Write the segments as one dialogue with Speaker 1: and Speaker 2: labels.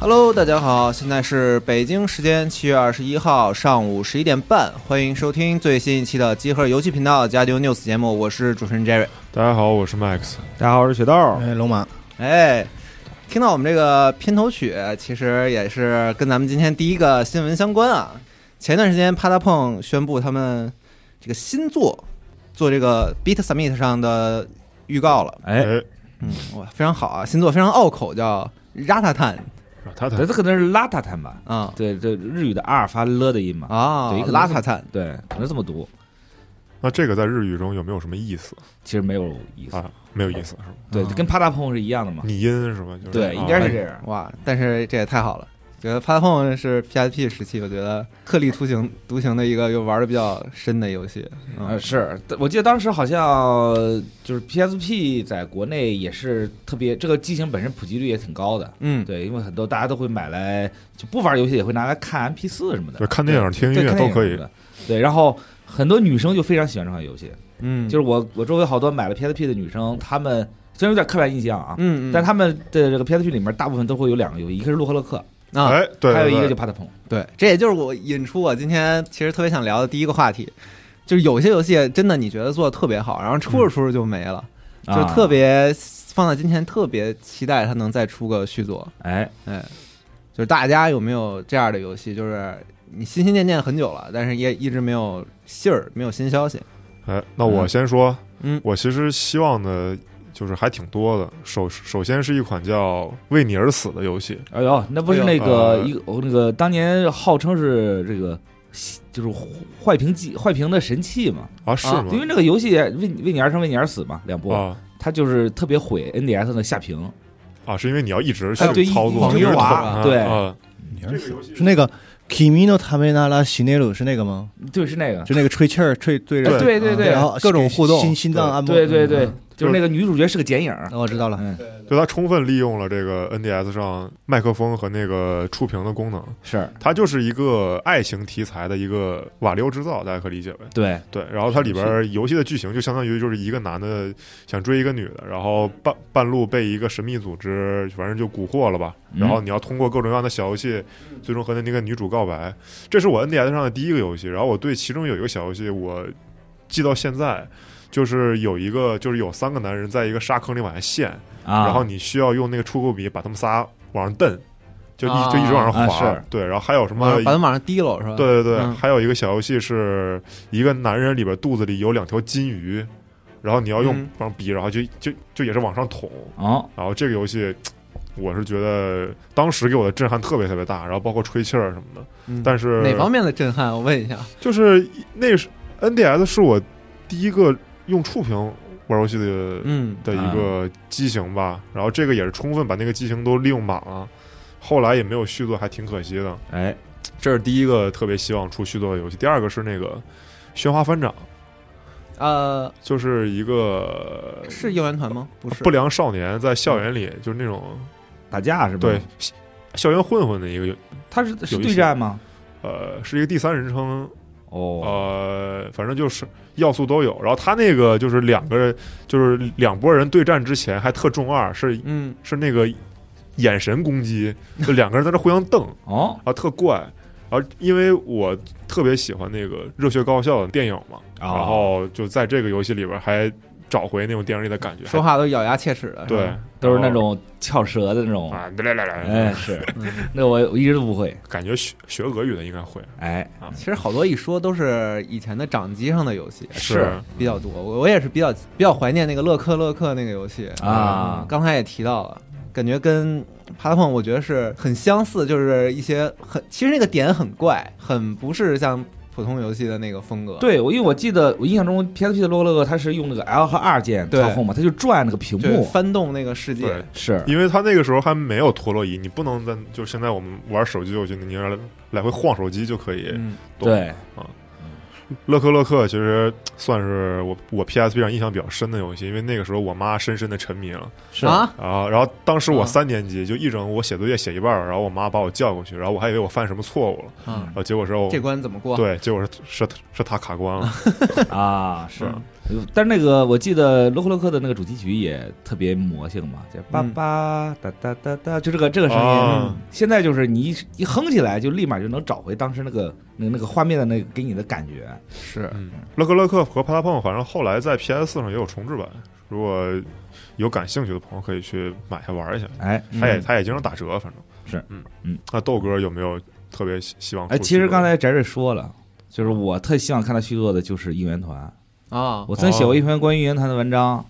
Speaker 1: Hello，大家好，现在是北京时间七月二十一号上午十一点半，欢迎收听最新一期的集合游戏频道《加丢 News》节目，我是主持人 Jerry。
Speaker 2: 大家好，我是 Max。
Speaker 3: 大家好，我是雪豆。
Speaker 4: 哎，龙马，
Speaker 1: 哎，听到我们这个片头曲，其实也是跟咱们今天第一个新闻相关啊。前段时间，啪嗒碰宣布他们这个新作做这个 Beat Summit 上的预告了。
Speaker 3: 哎，
Speaker 1: 嗯，哇，非常好啊！新作非常拗口，叫《Ratatan》
Speaker 2: 他他
Speaker 3: 这可能是邋遢坦吧？
Speaker 1: 啊
Speaker 3: 对，这日语的阿尔发了的音嘛，
Speaker 1: 啊，
Speaker 3: 对可能
Speaker 1: 邋
Speaker 3: 是
Speaker 1: 遢坦
Speaker 3: 对，可能这么读，
Speaker 2: 那这个在日语中有没有什么意思
Speaker 3: 其实没有意思。
Speaker 2: 啊？没有意思是吧？
Speaker 3: 对，
Speaker 1: 啊
Speaker 3: 就跟啪嗒碰是一样的嘛。
Speaker 2: 拟音是吧？就是
Speaker 3: 对，
Speaker 2: 啊
Speaker 3: 应该是这样。
Speaker 1: 哦哇！但是这也太好了，觉得 p 碰是 PSP 时期，我觉得特立独行独行的一个又玩的比较深的游戏。
Speaker 3: 啊，
Speaker 1: 嗯
Speaker 3: 是我记得当时好像就是 PSP 在国内也是特别，这个机型本身普及率也挺高的。
Speaker 1: 嗯，
Speaker 3: 对，因为很多大家都会买来，就不玩游戏也会拿来看 MP 四什么的
Speaker 2: 对，，看电影、听音
Speaker 3: 对
Speaker 2: 乐
Speaker 3: 看
Speaker 2: 都
Speaker 3: 电影
Speaker 2: 可
Speaker 3: 什
Speaker 2: 以
Speaker 3: 么。的。对，然后很多女生就非常喜欢这款游戏，
Speaker 1: 嗯，
Speaker 3: 就是我我周围好多买了 PSP 的女生，她们虽然有点刻板印象啊，
Speaker 1: 嗯，嗯
Speaker 3: 但她们的这个 PSP 里面大部分都会有两个游戏，一个是洛克勒克，
Speaker 1: 啊
Speaker 2: 哎，对，
Speaker 3: 还有一个
Speaker 2: 对
Speaker 3: 就帕特碰。
Speaker 1: 对，这也就是我引出我今天其实特别想聊的第一个话题，就是有些游戏真的你觉得做的特别好，然后出着出着就没了，就
Speaker 3: 嗯啊
Speaker 1: 特别放在今天特别期待它能再出个续作。
Speaker 3: 哎，
Speaker 1: 哎，就是大家有没有这样的游戏，就是你心心念念很久了，但是也一直没有信儿，没有新消息。
Speaker 2: 哎，那我先说，
Speaker 1: 嗯
Speaker 2: 我其实希望的就是还挺多的。首首先是一款叫《为你而死》的游戏，
Speaker 3: 哎呦，那不是
Speaker 1: 哎
Speaker 3: 那
Speaker 2: 呦
Speaker 3: 个
Speaker 2: 呃
Speaker 3: 一个哦那个当年号称是这个就是坏屏机坏屏的神器嘛，
Speaker 2: 啊，是
Speaker 1: 啊
Speaker 2: 吗？
Speaker 3: 因为这个游戏为为你而生为你而死嘛，两波，
Speaker 2: 啊
Speaker 3: 它就是特别毁 NDS 的下屏，
Speaker 2: 啊，是因为你要一直去
Speaker 3: 哎对
Speaker 2: 操作，
Speaker 3: 一
Speaker 1: 直
Speaker 2: 一直
Speaker 1: 滑
Speaker 2: 捅啊
Speaker 3: 对
Speaker 2: 啊
Speaker 4: 是那个 Kimino Tamenara s h i n e r u 是那个吗？
Speaker 3: 对，是那个，哎
Speaker 4: 就那个吹气儿吹啊对着，
Speaker 2: 对
Speaker 3: 对对
Speaker 4: 嗯
Speaker 3: 对
Speaker 4: 然后
Speaker 1: 各种
Speaker 4: 给
Speaker 1: 互动
Speaker 4: 心心脏按摩，
Speaker 3: 对对对
Speaker 4: 嗯，哦
Speaker 3: 就是那个女主角是个剪影儿，
Speaker 1: 我知道了，
Speaker 3: 嗯，
Speaker 2: 就它充分利用了这个 NDS 上麦克风和那个触屏的功能。
Speaker 3: 是
Speaker 2: 它就是一个爱情题材的一个瓦力欧制造，大家可以理解为。
Speaker 3: 对，
Speaker 2: 对，然后它里边儿游戏的剧情就相当于就是一个男的想追一个女的，然后半半路被一个神秘组织反正就蛊惑了吧，
Speaker 3: 嗯
Speaker 2: 然后你要通过各种各样的小游戏，最终和那那个女主告白。这是我 NDS 上的第一个游戏，然后我对其中有一个小游戏我记到现在。就是有一个，就是有三个男人在一个沙坑里往下陷，
Speaker 3: 啊，
Speaker 2: 然后你需要用那个触钩笔把他们仨往上蹬，就一、就一直往上
Speaker 3: 啊啊
Speaker 2: 滑。
Speaker 3: 是
Speaker 2: 对，然后还有什
Speaker 1: 把
Speaker 2: 么
Speaker 1: 它往上提了是吧？，
Speaker 2: 呃对对对，
Speaker 1: 嗯
Speaker 2: 还有一个小游戏是一个男人里边肚子里有两条金鱼，然后你要用
Speaker 1: 嗯
Speaker 2: 往笔，然后就就就也是往上捅。
Speaker 3: 哦，
Speaker 2: 然后这个游戏，我是觉得当时给我的震撼特别特别大，然后包括吹气儿什么的。
Speaker 1: 嗯、
Speaker 2: 但是
Speaker 1: 哪方面的震撼？我问一下，
Speaker 2: 就是那是 NDS 是我第一个用触屏玩游戏的。
Speaker 1: 嗯
Speaker 2: 的一个机型吧，然后这个也是充分把那个机型都利用满了，后来也没有续作，还挺可惜的。
Speaker 3: 哎，
Speaker 2: 这是第一个特别希望出续作的游戏。第二个是那个《喧哗翻掌》，
Speaker 1: 呃，
Speaker 2: 就是一个
Speaker 1: 是应援团吗？不是，
Speaker 2: 不良少年在校园里，就是那种
Speaker 3: 打架是吧？
Speaker 2: 对，校校园混混的一个，
Speaker 3: 它是是
Speaker 2: 有一
Speaker 3: 对
Speaker 2: 些
Speaker 3: 战吗？
Speaker 2: 呃，是一个第三人称，
Speaker 3: 哦，
Speaker 2: 呃，反正就是要素都有。然后他那个就是两个人，就是两拨人对战之前还特中二，是
Speaker 1: 嗯，
Speaker 2: 是那个眼神攻击，就两个人在那互相瞪，
Speaker 3: 哦
Speaker 2: 然后特怪。然后因为我特别喜欢那个《热血高校》的电影嘛，
Speaker 3: 哦
Speaker 2: 然后就在这个游戏里边还找回那种电影里的感觉，
Speaker 1: 说话都咬牙切齿的，是吧
Speaker 2: 对，
Speaker 3: 都是那
Speaker 2: 然后
Speaker 3: 种翘舌的那种，
Speaker 2: 啊，来来来来，
Speaker 3: 嗯哎，是， 那我我一直都不会，
Speaker 2: 感觉学学俄语的应该会，
Speaker 3: 哎，
Speaker 1: 其实好多一说都是以前的掌机上的游戏
Speaker 3: 是
Speaker 1: 比较多，我我也是比较比较怀念那个乐克乐克那个游戏嗯
Speaker 3: 啊
Speaker 1: 刚才也提到了，感觉跟爬碰我觉得是很相似，就是一些很其实那个点很怪，很不是像普通游戏的那个风格。，
Speaker 3: 对，我因为我记得我印象中 PSP 的洛克乐克它是用那个 L 和 R 键
Speaker 1: 对
Speaker 3: 操控嘛，它就转那个屏
Speaker 1: 就是
Speaker 3: 幕，
Speaker 1: 翻动那个世界
Speaker 2: 对。
Speaker 3: 是
Speaker 2: 因为他那个时候还没有陀螺仪，你不能在就现在我们玩手机游戏，你要来来回晃手机就可以。
Speaker 1: 嗯，
Speaker 2: 懂
Speaker 3: 对，
Speaker 2: 乐克乐克其实算是我我 PSP 上印象比较深的游戏，因为那个时候我妈深深的沉迷了
Speaker 3: 是，
Speaker 1: 啊，
Speaker 2: 啊。然后当时
Speaker 1: 啊
Speaker 2: 我
Speaker 3: 嗯
Speaker 2: 三年级，就一整我写作业写一半儿，然后我妈把我叫过去，然后我还以为我犯什么错误了，
Speaker 1: 嗯
Speaker 2: 然后结果是我
Speaker 1: 这关怎么过？
Speaker 2: 对，结果是是是他卡关了。
Speaker 3: 啊，是
Speaker 2: 嗯，
Speaker 3: 但是那个我记得洛克洛克的那个主题曲也特别魔性嘛，就叭叭哒哒哒哒，就这个这个声音嗯
Speaker 2: 啊，
Speaker 3: 现在就是你一一哼起来，就立马就能找回当时那个那个那个画面的那个给你的感觉。
Speaker 1: 是
Speaker 2: 嗯，乐克乐克和啪嗒碰，反正后来在 PS 四上也有重置版，如果有感兴趣的朋友可以去买下玩一下。
Speaker 3: 哎，
Speaker 2: 它也
Speaker 1: 嗯
Speaker 2: 它也经常打折，反正
Speaker 3: 是
Speaker 2: 嗯
Speaker 3: 嗯。
Speaker 2: 那豆哥有没有特别希希望复
Speaker 3: 哎，
Speaker 2: 制的？
Speaker 3: 其实刚才翟瑞说了，就是我特希望看到续作的就是应援团。
Speaker 1: 啊，
Speaker 3: 我曾写过一篇关于应援团的文章，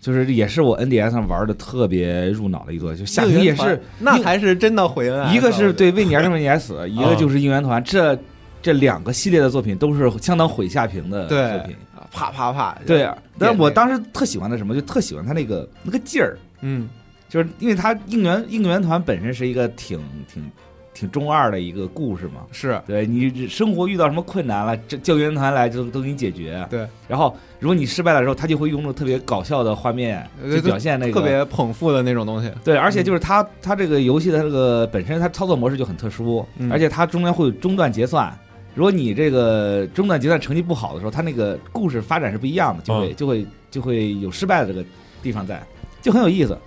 Speaker 3: 就是也是我 NDS 上玩的特别入脑的一座，就下
Speaker 1: 应
Speaker 3: 屏
Speaker 1: 援
Speaker 3: 也
Speaker 1: 团
Speaker 3: 是
Speaker 1: 那才是真的回恩，
Speaker 3: 一个是对为你而生为你而死，一个
Speaker 2: 啊
Speaker 3: 就是应援团，这这两个系列的作品都是相当毁下屏的
Speaker 1: 对
Speaker 3: 作品。
Speaker 1: 啊啪啪啪，
Speaker 3: 对，但
Speaker 1: 那个
Speaker 3: 我当时特喜欢的什么，就特喜欢他那个那个劲儿，
Speaker 1: 嗯
Speaker 3: 就是因为他应援应援团本身是一个挺挺挺中二的一个故事嘛。
Speaker 1: 是
Speaker 3: 对你生活遇到什么困难了，这叫应援团来就都给你解决。
Speaker 1: 对，
Speaker 3: 然后如果你失败了之后，他就会用那种特别搞笑的画面
Speaker 1: 呃
Speaker 3: 去表现那个
Speaker 1: 特别嗯捧腹的那种东西，
Speaker 3: 对，而且就是它它这个游戏的这个本身它操作模式就很特殊，
Speaker 1: 嗯
Speaker 3: 而且它中间会有中断结算。如果你这个中断结算成绩不好的时候，它那个故事发展是不一样的，就会、就会就会有失败的这个地方在，就很有意思。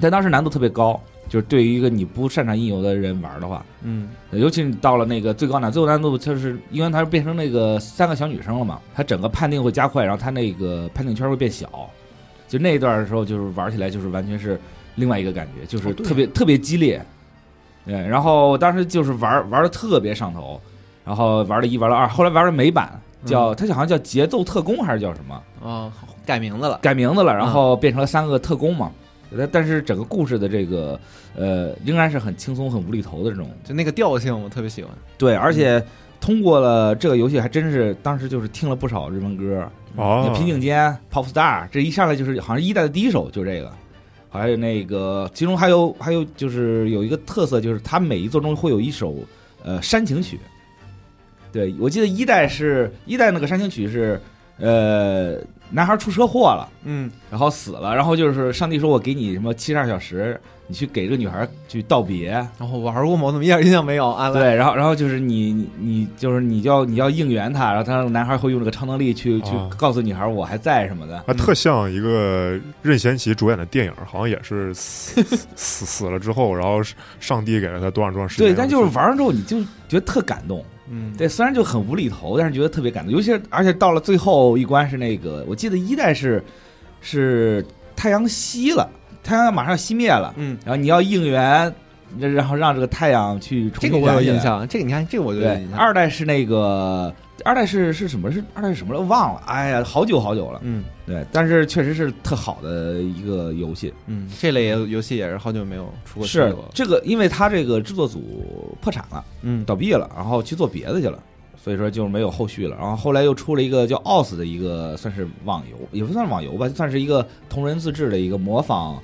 Speaker 3: 但当时难度特别高，就是对于一个你不擅长音游的人玩的话，
Speaker 1: 嗯
Speaker 3: 尤其你到了那个最高难，最后难度就是因为它变成那个三个小女生了嘛，它整个判定会加快，然后它那个判定圈会变小，就那一段的时候，就是玩起来就是完全是另外一个感觉，就是
Speaker 2: 哦对
Speaker 3: 特别、特别激烈。对，然后当时就是玩玩的特别上头，然后玩了一玩了二，后来玩了美版，
Speaker 2: 嗯
Speaker 3: 叫、它好像叫节奏特工还是叫什么，
Speaker 1: 啊，改名字了，
Speaker 3: 改名字了，然
Speaker 1: 嗯
Speaker 3: 后变成了三个特工嘛。但但是整个故事的这个呃，仍然是很轻松、很无厘头的这种
Speaker 1: 就那个调性我特别喜欢，
Speaker 3: 对，而且通过了这个游戏，还真是当时就是听了不少日文歌，
Speaker 2: 哦，
Speaker 3: 平井坚、Pop Star，这一上来就是好像一代的第一首就这个，还有那个，其中还有还有就是有一个特色，就是它每一座中会有一首呃煽情曲。对，我记得一代是一代那个煽情曲是呃男孩出车祸了。
Speaker 1: 嗯
Speaker 3: 然后死了，然后就是上帝说：“我给你什么七十二小时，你去给这个女孩去道别。”
Speaker 1: 然后玩过吗？我怎么一点印象没有？安乐，
Speaker 3: 对，然后然后就是你你你就是你要你要应援他，然后他让男孩会用这个超能力去去
Speaker 1: 哦
Speaker 2: 啊
Speaker 3: 告诉女孩我还在什么的。
Speaker 2: 还啊特像一个任贤齐主演的电影，好像也是死 死死了之后，然后上帝给了他多少多少时间。
Speaker 3: 对，但就是玩完之后你就觉得特感动。
Speaker 1: 嗯
Speaker 3: 对，虽然就很无厘头，但是觉得特别感动。尤其是而且到了最后一关是那个，我记得一代是是太阳西了，太阳马上要熄灭了，
Speaker 1: 嗯，
Speaker 3: 然后你要应援，然后让这个太阳去重
Speaker 1: 这
Speaker 3: 新
Speaker 1: 个我有
Speaker 3: 燃起来
Speaker 1: 印。象，这个你看，这个我就有
Speaker 3: 对
Speaker 1: 印，象，
Speaker 3: 二代是那个二代是是什么？是二代是什么了？忘了。哎呀，好久好久了。
Speaker 1: 嗯
Speaker 3: 对，但是确实是特好的一个游戏。
Speaker 1: 嗯，这类游游戏也是好久没有出过新
Speaker 3: 是
Speaker 1: 的了，
Speaker 3: 这个，因为它这个制作组破产了，
Speaker 1: 嗯
Speaker 3: 倒闭了，然后去做别的去了，所以说就没有后续了。然后后来又出了一个叫 OS 的一个，算是网游，也不算网游吧，算是一个同人自制的一个模仿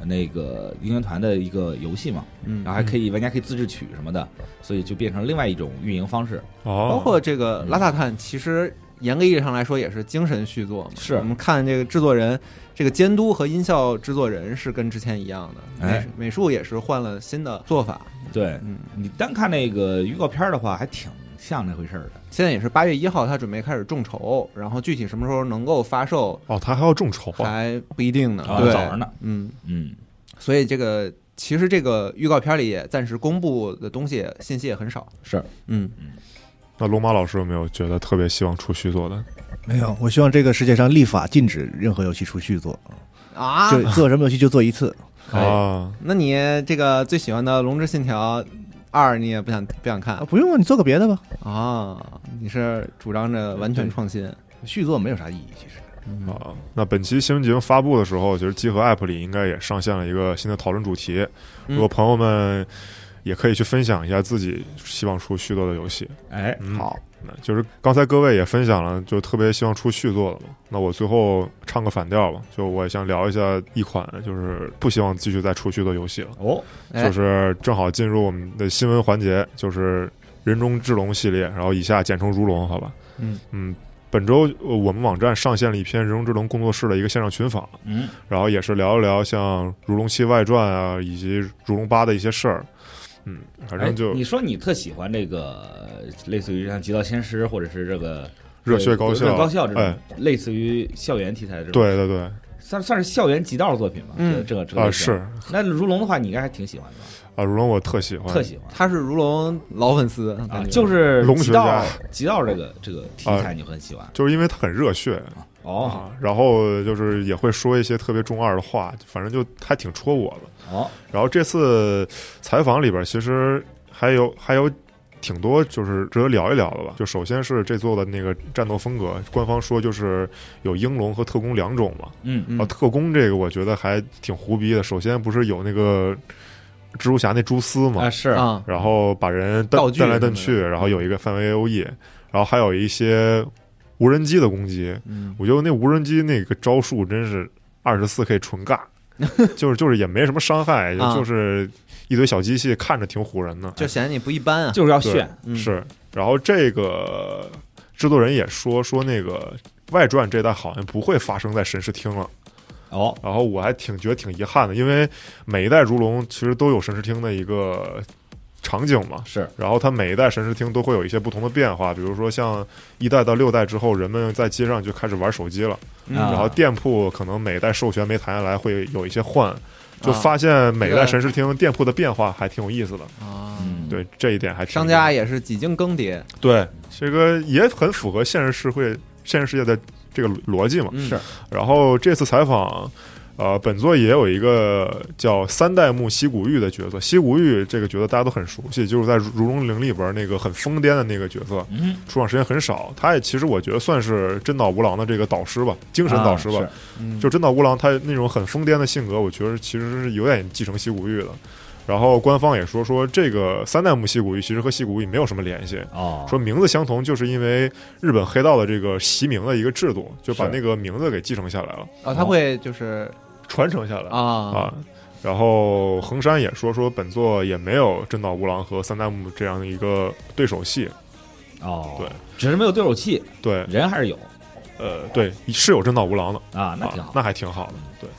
Speaker 3: 呃那个应援团的一个游戏嘛。
Speaker 1: 嗯
Speaker 3: 然后还可以玩家可以自制曲什么的，所以就变成另外一种运营方式。
Speaker 2: 哦，
Speaker 1: 包括这个《拉萨探》，其实严格意义上来说也是精神续作嘛。
Speaker 3: 是
Speaker 1: 我们看这个制作人、这个监督和音效制作人是跟之前一样的，美
Speaker 3: 哎
Speaker 1: 美术也是换了新的做法。
Speaker 3: 对
Speaker 1: 嗯，
Speaker 3: 你单看那个预告片儿的话，还挺像那回事儿的。
Speaker 1: 现在也是八月一号，他准备开始众筹，然后具体什么时候能够发售
Speaker 2: 哦，他还要众筹啊，
Speaker 1: 还不一定呢。
Speaker 3: 啊
Speaker 1: 对，
Speaker 3: 早着呢。
Speaker 1: 嗯，
Speaker 3: 嗯，
Speaker 1: 所以这个其实这个预告片里也暂时公布的东西信息也很少。
Speaker 3: 是，
Speaker 1: 嗯，
Speaker 2: 那龙马老师有没有觉得特别希望出续作的？
Speaker 4: 没有，我希望这个世界上立法禁止任何游戏出续作，
Speaker 1: 啊，
Speaker 4: 就做什么游戏就做一次。
Speaker 1: 可以
Speaker 3: 哦
Speaker 2: 啊，
Speaker 1: 那你这个最喜欢的《龙之信条二》，你也不想不想看
Speaker 4: 啊，不用啊，你做个别的吧。
Speaker 1: 啊，你是主张着完全创新，
Speaker 4: 续作没有啥意义，其实。
Speaker 2: 啊，那本期新闻节目发布的时候，其实集合 App 里应该也上线了一个新的讨论主题，
Speaker 1: 嗯
Speaker 2: 如果朋友们也可以去分享一下自己希望出续作的游戏。
Speaker 3: 哎，
Speaker 2: 嗯，，那就是刚才各位也分享了，就特别希望出续作了嘛。那我最后唱个反调吧，就我也想聊一下一款就是不希望继续再出续作游戏了，
Speaker 3: 哦，
Speaker 1: 哎
Speaker 2: 就是正好进入我们的新闻环节，就是人中之龙系列，然后以下简称如龙，好吧？
Speaker 1: 嗯
Speaker 2: 嗯，本周呃我们网站上线了一篇人中之龙工作室的一个线上群访，
Speaker 3: 嗯，
Speaker 2: 然后也是聊一聊像《如龙七外传》啊，以及《如龙八》的一些事儿。嗯，反
Speaker 3: 哎
Speaker 2: 正就
Speaker 3: 你说你特喜欢这个，类似于像《极道先师》或者是这个
Speaker 2: 热血高
Speaker 3: 热
Speaker 2: 校，
Speaker 3: 血高校这种
Speaker 2: 哎，
Speaker 3: 类似于校园题材的这种，
Speaker 2: 对对对，
Speaker 3: 算算是校园极道作品吧。
Speaker 1: 嗯
Speaker 3: 这个这个
Speaker 2: 啊、
Speaker 3: 类型
Speaker 2: 是。
Speaker 3: 那如龙的话，你应该还挺喜欢的吧？
Speaker 2: 啊，如龙我特喜欢，
Speaker 3: 特喜欢
Speaker 1: 他是如龙老粉丝
Speaker 3: 啊，就是
Speaker 2: 龙
Speaker 3: 极
Speaker 2: 学
Speaker 3: 道
Speaker 2: 家
Speaker 3: 极道这个这个题材你很喜欢
Speaker 2: 就是因为他很热血
Speaker 3: 哦
Speaker 2: 啊，然后就是也会说一些特别中二的话，反正就还挺戳我的。
Speaker 3: 哦
Speaker 2: 然后这次采访里边，其实还有还有挺多就是值得聊一聊的吧。就首先是这座的那个战斗风格，官方说就是有英龙和特工两种嘛。
Speaker 3: 嗯
Speaker 1: 嗯
Speaker 2: 啊，特工这个我觉得还挺胡逼的。首先不是有那个蜘蛛侠那蛛丝嘛，
Speaker 3: 啊是
Speaker 1: 啊，
Speaker 2: 然后把人
Speaker 1: 道
Speaker 2: 蹬
Speaker 1: 具
Speaker 2: 蹬来蹬
Speaker 1: 什
Speaker 2: 去，然后有一个范围 AOE，然后还有一些无人机的攻击。
Speaker 1: 嗯
Speaker 2: 我觉得那无人机那个招数真是二十四 K 纯 尬，就是就是也没什么伤害，
Speaker 1: 啊
Speaker 2: 就是一堆小机器看着挺唬人的。
Speaker 1: 就显得你不一般啊，
Speaker 3: 就是要炫
Speaker 1: 嗯
Speaker 2: 是，然后这个制作人也说说那个外传这代好像不会发生在神视厅了，
Speaker 3: 哦
Speaker 2: 然后我还挺觉得挺遗憾的，因为每一代如龙其实都有神视厅的一个场景嘛，
Speaker 3: 是
Speaker 2: 然后它每一代神视厅都会有一些不同的变化，比如说像一代到六代之后，人们在街上就开始玩手机了，
Speaker 1: 嗯
Speaker 3: 啊
Speaker 2: 然后店铺可能每一代授权没谈下来会有一些换，就
Speaker 1: 啊
Speaker 2: 发现每一
Speaker 1: 对
Speaker 2: 代神视厅店铺的变化还挺有意思的。
Speaker 1: 啊，
Speaker 3: 嗯
Speaker 2: 对这一点还挺
Speaker 1: 商家也是几经更迭，
Speaker 2: 对这个也很符合现实社会、现实世界的这个逻辑嘛。
Speaker 1: 嗯
Speaker 3: 是
Speaker 2: 然后这次采访，呃，本作也有一个叫三代目西谷玉的角色。西谷玉这个角色大家都很熟悉，就是在《如龙零》里边那个很疯癫的那个角色，
Speaker 3: 嗯
Speaker 2: 出场时间很少。他也其实我觉得算是真岛无郎的这个导师吧，精神导师吧。
Speaker 3: 啊
Speaker 1: 嗯
Speaker 2: 就真岛无郎他那种很疯癫的性格，我觉得其实是有点继承西谷玉的。然后官方也说说这个三代目西谷玉其实和西谷玉没有什么联系，
Speaker 3: 是哦
Speaker 2: 说名字相同，就是因为日本黑道的这个习名的一个制度，就把
Speaker 3: 是
Speaker 2: 那个名字给继承下来了，
Speaker 3: 哦
Speaker 1: 啊，他会就是
Speaker 2: 传承下来
Speaker 1: 啊
Speaker 2: 啊然后横山也说说本作也没有真岛吾郎和三代目这样的一个对手戏，
Speaker 3: 哦
Speaker 2: 对，
Speaker 3: 只是没有对手戏，
Speaker 2: 对，
Speaker 3: 人还是有
Speaker 2: 呃，对，是有真岛吾郎的，
Speaker 3: 啊，那
Speaker 2: 啊
Speaker 3: 挺好。
Speaker 2: 那还挺好的，对。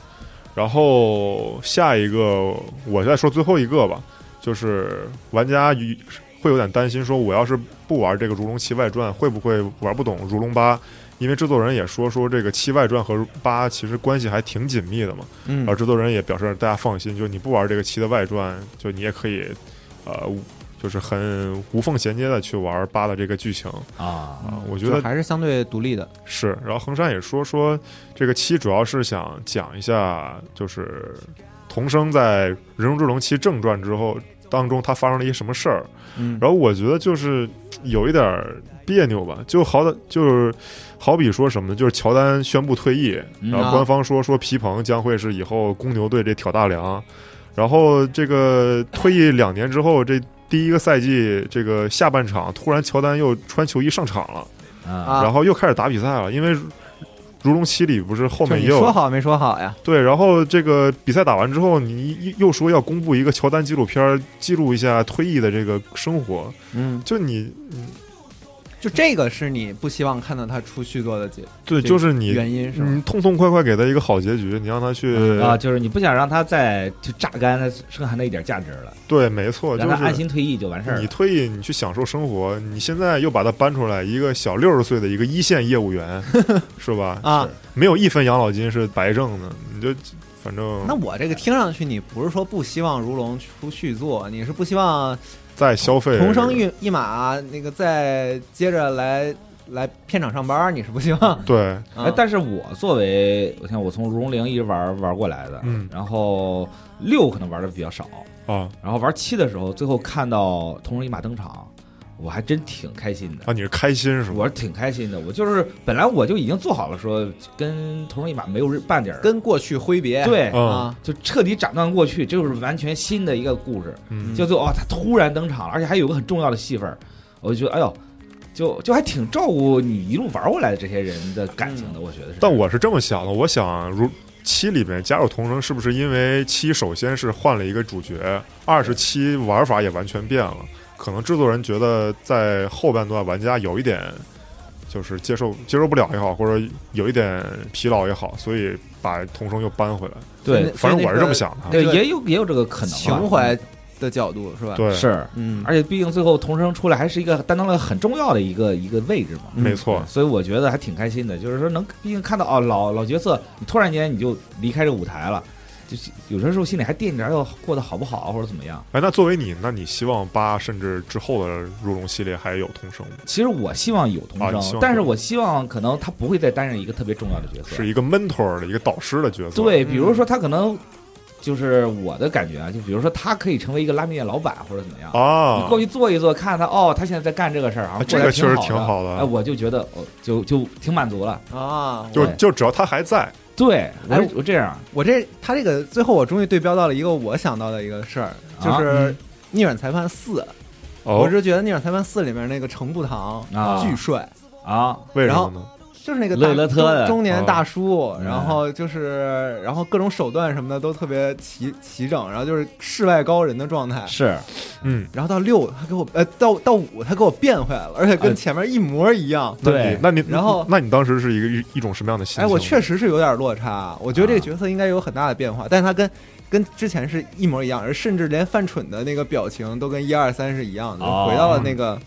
Speaker 2: 然后下一个，我再说最后一个吧，就是玩家与会有点担心，说我要是不玩这个《如龙七外传》，会不会玩不懂《如龙八》？因为制作人也说说这个七外传和八其实关系还挺紧密的嘛。
Speaker 1: 嗯
Speaker 2: 然后制作人也表示大家放心，就你不玩这个七的外传，就你也可以，呃，无就是很无缝衔接的去玩八的这个剧情
Speaker 3: 啊，
Speaker 2: 啊。我觉
Speaker 1: 就
Speaker 2: 得
Speaker 1: 还是相对独立的，
Speaker 2: 是，然后衡山也说说这个七主要是想讲一下，就是童生在《人中之龙七正传》之后当中他发生了一些什么事儿。
Speaker 1: 嗯，
Speaker 2: 然后我觉得就是有一点儿别扭吧，就好的就是好比说什么呢？就是乔丹宣布退役，
Speaker 3: 嗯
Speaker 2: 然后官方说说皮蓬将会是以后公牛队这挑大梁，然后这个退役两年之后这。第一个赛季，这个下半场突然乔丹又穿球衣上场了，
Speaker 3: 啊，
Speaker 2: 然后又开始打比赛了，因为《如龙七》里不是后
Speaker 1: 就
Speaker 2: 面
Speaker 1: 你
Speaker 2: 也
Speaker 1: 说
Speaker 2: 有
Speaker 1: 好没说好呀？
Speaker 2: 对，然后这个比赛打完之后，你又又说要公布一个乔丹纪录片儿，记录一下退役的这个生活，
Speaker 1: 嗯，
Speaker 2: 就你
Speaker 1: 就这个是你不希望看到他出续作的结
Speaker 2: 对，
Speaker 1: 这
Speaker 2: 就是你嗯
Speaker 1: 原因是吗？
Speaker 2: 你痛痛快快给他一个好结局，你让他去、
Speaker 3: 啊，就是你不想让他再就榨干他剩下那一点价值了，
Speaker 2: 对，没错，就
Speaker 3: 让他安
Speaker 2: 是。
Speaker 3: 心退役就完事儿
Speaker 2: 你
Speaker 3: 了。
Speaker 2: 退役，你去享受生活。你现在又把他搬出来，一个小六十岁的一个一线业务员，是吧？
Speaker 1: 啊，
Speaker 2: 没有一分养老金是白挣的，你就反正
Speaker 1: 那我这个听上去，你不是说不希望如龙出续作，你是不希望
Speaker 2: 再消费
Speaker 1: 同生一一马那个再接着来来片场上班，你是不希望？
Speaker 2: 对，
Speaker 1: 啊
Speaker 3: 哎，但是我作为，我像我从《如龙零》一直玩玩过来的，
Speaker 2: 嗯
Speaker 3: 然后六可能玩的比较少，
Speaker 2: 啊
Speaker 3: 然后玩七的时候，最后看到同人一马登场，我还真挺开心的
Speaker 2: 啊，，你是开心是吧？
Speaker 3: 我是挺开心的。我就是本来我就已经做好了说跟同人一马没有半点儿
Speaker 1: 跟过去挥别，
Speaker 3: 对，
Speaker 2: 嗯
Speaker 1: 啊，
Speaker 3: 就彻底斩断过去，这就是完全新的一个故事。
Speaker 2: 嗯
Speaker 3: 就最后哦，他突然登场了，而且还有个很重要的戏份儿，我就觉得哎呦，就就还挺照顾你一路玩过来的这些人的感情的，我觉得是。
Speaker 2: 嗯但我是这么想的，我想如七里面加入同城，是不是因为七首先是换了一个主角，二是七玩法也完全变了，可能制作人觉得在后半段玩家有一点就是接受接受不了也好，或者有一点疲劳也好，所以把同城又搬回来。
Speaker 3: 对
Speaker 1: 那
Speaker 2: 反正我是这么想的。
Speaker 3: 对
Speaker 1: 那个
Speaker 3: 也有也有这个可能吧啊
Speaker 1: 情怀的角度是吧？，
Speaker 2: 对，
Speaker 3: 是，
Speaker 1: 嗯，
Speaker 3: 而且毕竟最后童声出来还是一个担当了很重要的一个一个位置嘛，
Speaker 1: 嗯
Speaker 2: 没错，
Speaker 3: 所以我觉得还挺开心的，就是说能，毕竟看到哦老老角色，你突然间你就离开这个舞台了，就是有些时候心里还惦记着要过得好不好或者怎么样。
Speaker 2: 哎，那作为你，那你希望八甚至之后的如龙系列还有童声吗？
Speaker 3: 其实我希望有童
Speaker 2: 啊
Speaker 3: 声，
Speaker 2: 你希望
Speaker 3: 但是我希望可能他不会再担任一个特别重要的角色。
Speaker 2: 是一个 mentor 的一个导师的角色。
Speaker 3: 对，
Speaker 1: 嗯
Speaker 3: 比如说他可能就是我的感觉啊，就比如说他可以成为一个拉面店老板或者怎么样。你
Speaker 2: 啊
Speaker 3: 过，去坐一坐，看他哦，他现在在干这个事儿啊，
Speaker 2: 这
Speaker 3: 过
Speaker 2: 个
Speaker 3: 得
Speaker 2: 确实
Speaker 3: 挺
Speaker 2: 挺
Speaker 3: 好
Speaker 2: 好
Speaker 3: 的，
Speaker 2: 的
Speaker 3: 哎，我就觉得哦，就就挺满足了。
Speaker 1: 啊，
Speaker 2: 就
Speaker 1: 我
Speaker 2: 就只要他还在，
Speaker 3: 对，我
Speaker 1: 哎
Speaker 3: 我这样，
Speaker 1: 我这他这个最后我终于对标到了一个我想到的一个事儿，
Speaker 2: 啊
Speaker 1: 就是
Speaker 2: 嗯
Speaker 1: 《逆转裁判四》，
Speaker 2: 哦
Speaker 3: 哦
Speaker 1: 我是觉得《逆转裁判四》里面那个程步堂
Speaker 3: 啊
Speaker 1: 巨帅，
Speaker 3: 啊，
Speaker 2: 为什
Speaker 1: 然后
Speaker 2: 么呢？
Speaker 1: 就是那个
Speaker 3: 乐
Speaker 1: 大
Speaker 3: 乐特的
Speaker 1: 中中年大叔，
Speaker 3: 嗯
Speaker 1: 然后就是然后各种手段什么的都特别齐齐整，然后就是世外高人的状
Speaker 2: 哎
Speaker 1: 态。
Speaker 3: 是
Speaker 2: 嗯，
Speaker 1: 然后到六，他给我呃到到五，他给我变回来了，而且
Speaker 3: 哎
Speaker 1: 跟前面一模一样。
Speaker 2: 那
Speaker 3: 对
Speaker 2: 你那你
Speaker 1: 然后
Speaker 2: 那你当时是一个一一种什么样的心情？
Speaker 1: 哎，我确实是有点落差，我觉得这个角色应该有很大的变化，但是他跟跟之前是一模一样，而甚至连犯蠢的那个表情都跟一二三是一样的，
Speaker 3: 哦
Speaker 1: 回到了那个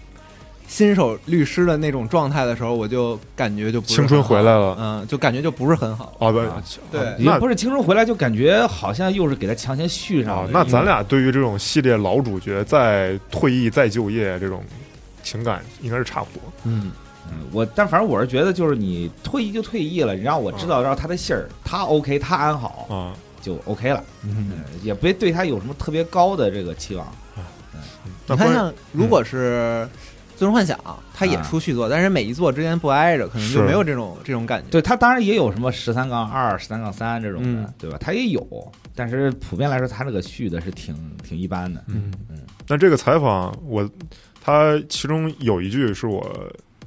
Speaker 1: 新手律师的那种状态的时候，我就感觉就不是
Speaker 2: 青春
Speaker 1: 很好
Speaker 2: 回来了
Speaker 1: 嗯，就感觉就不是很好。
Speaker 2: 啊，不
Speaker 3: 啊，
Speaker 1: 对
Speaker 3: 也
Speaker 2: 那
Speaker 3: 不是青春回来就感觉好像又是给他强行续上
Speaker 2: 啊
Speaker 3: 了，嗯
Speaker 2: 那咱俩对于这种系列老主角再退役再就业这种情感应该是差不多。
Speaker 1: 嗯，
Speaker 3: 嗯我但反正我是觉得就是你退役就退役了，你让我知道让他的信儿，他 OK，他安好
Speaker 2: 啊，
Speaker 3: 就 OK 了，
Speaker 1: 嗯，
Speaker 3: 嗯也别对他有什么特别高的这个期望。
Speaker 1: 你
Speaker 2: 那
Speaker 1: 看
Speaker 2: 关于嗯
Speaker 1: 像如果是。最终幻想，它也出续作，但是每一作之间不挨着，可能就是没有这种这种感觉。
Speaker 3: 对他当然也有什么十三杠二、十三杠三这种的，
Speaker 1: 嗯
Speaker 3: 对吧？他也有，但是普遍来说，他这个续的是挺挺一般的。
Speaker 2: 嗯
Speaker 3: 嗯，
Speaker 2: 那这个采访我，他其中有一句是我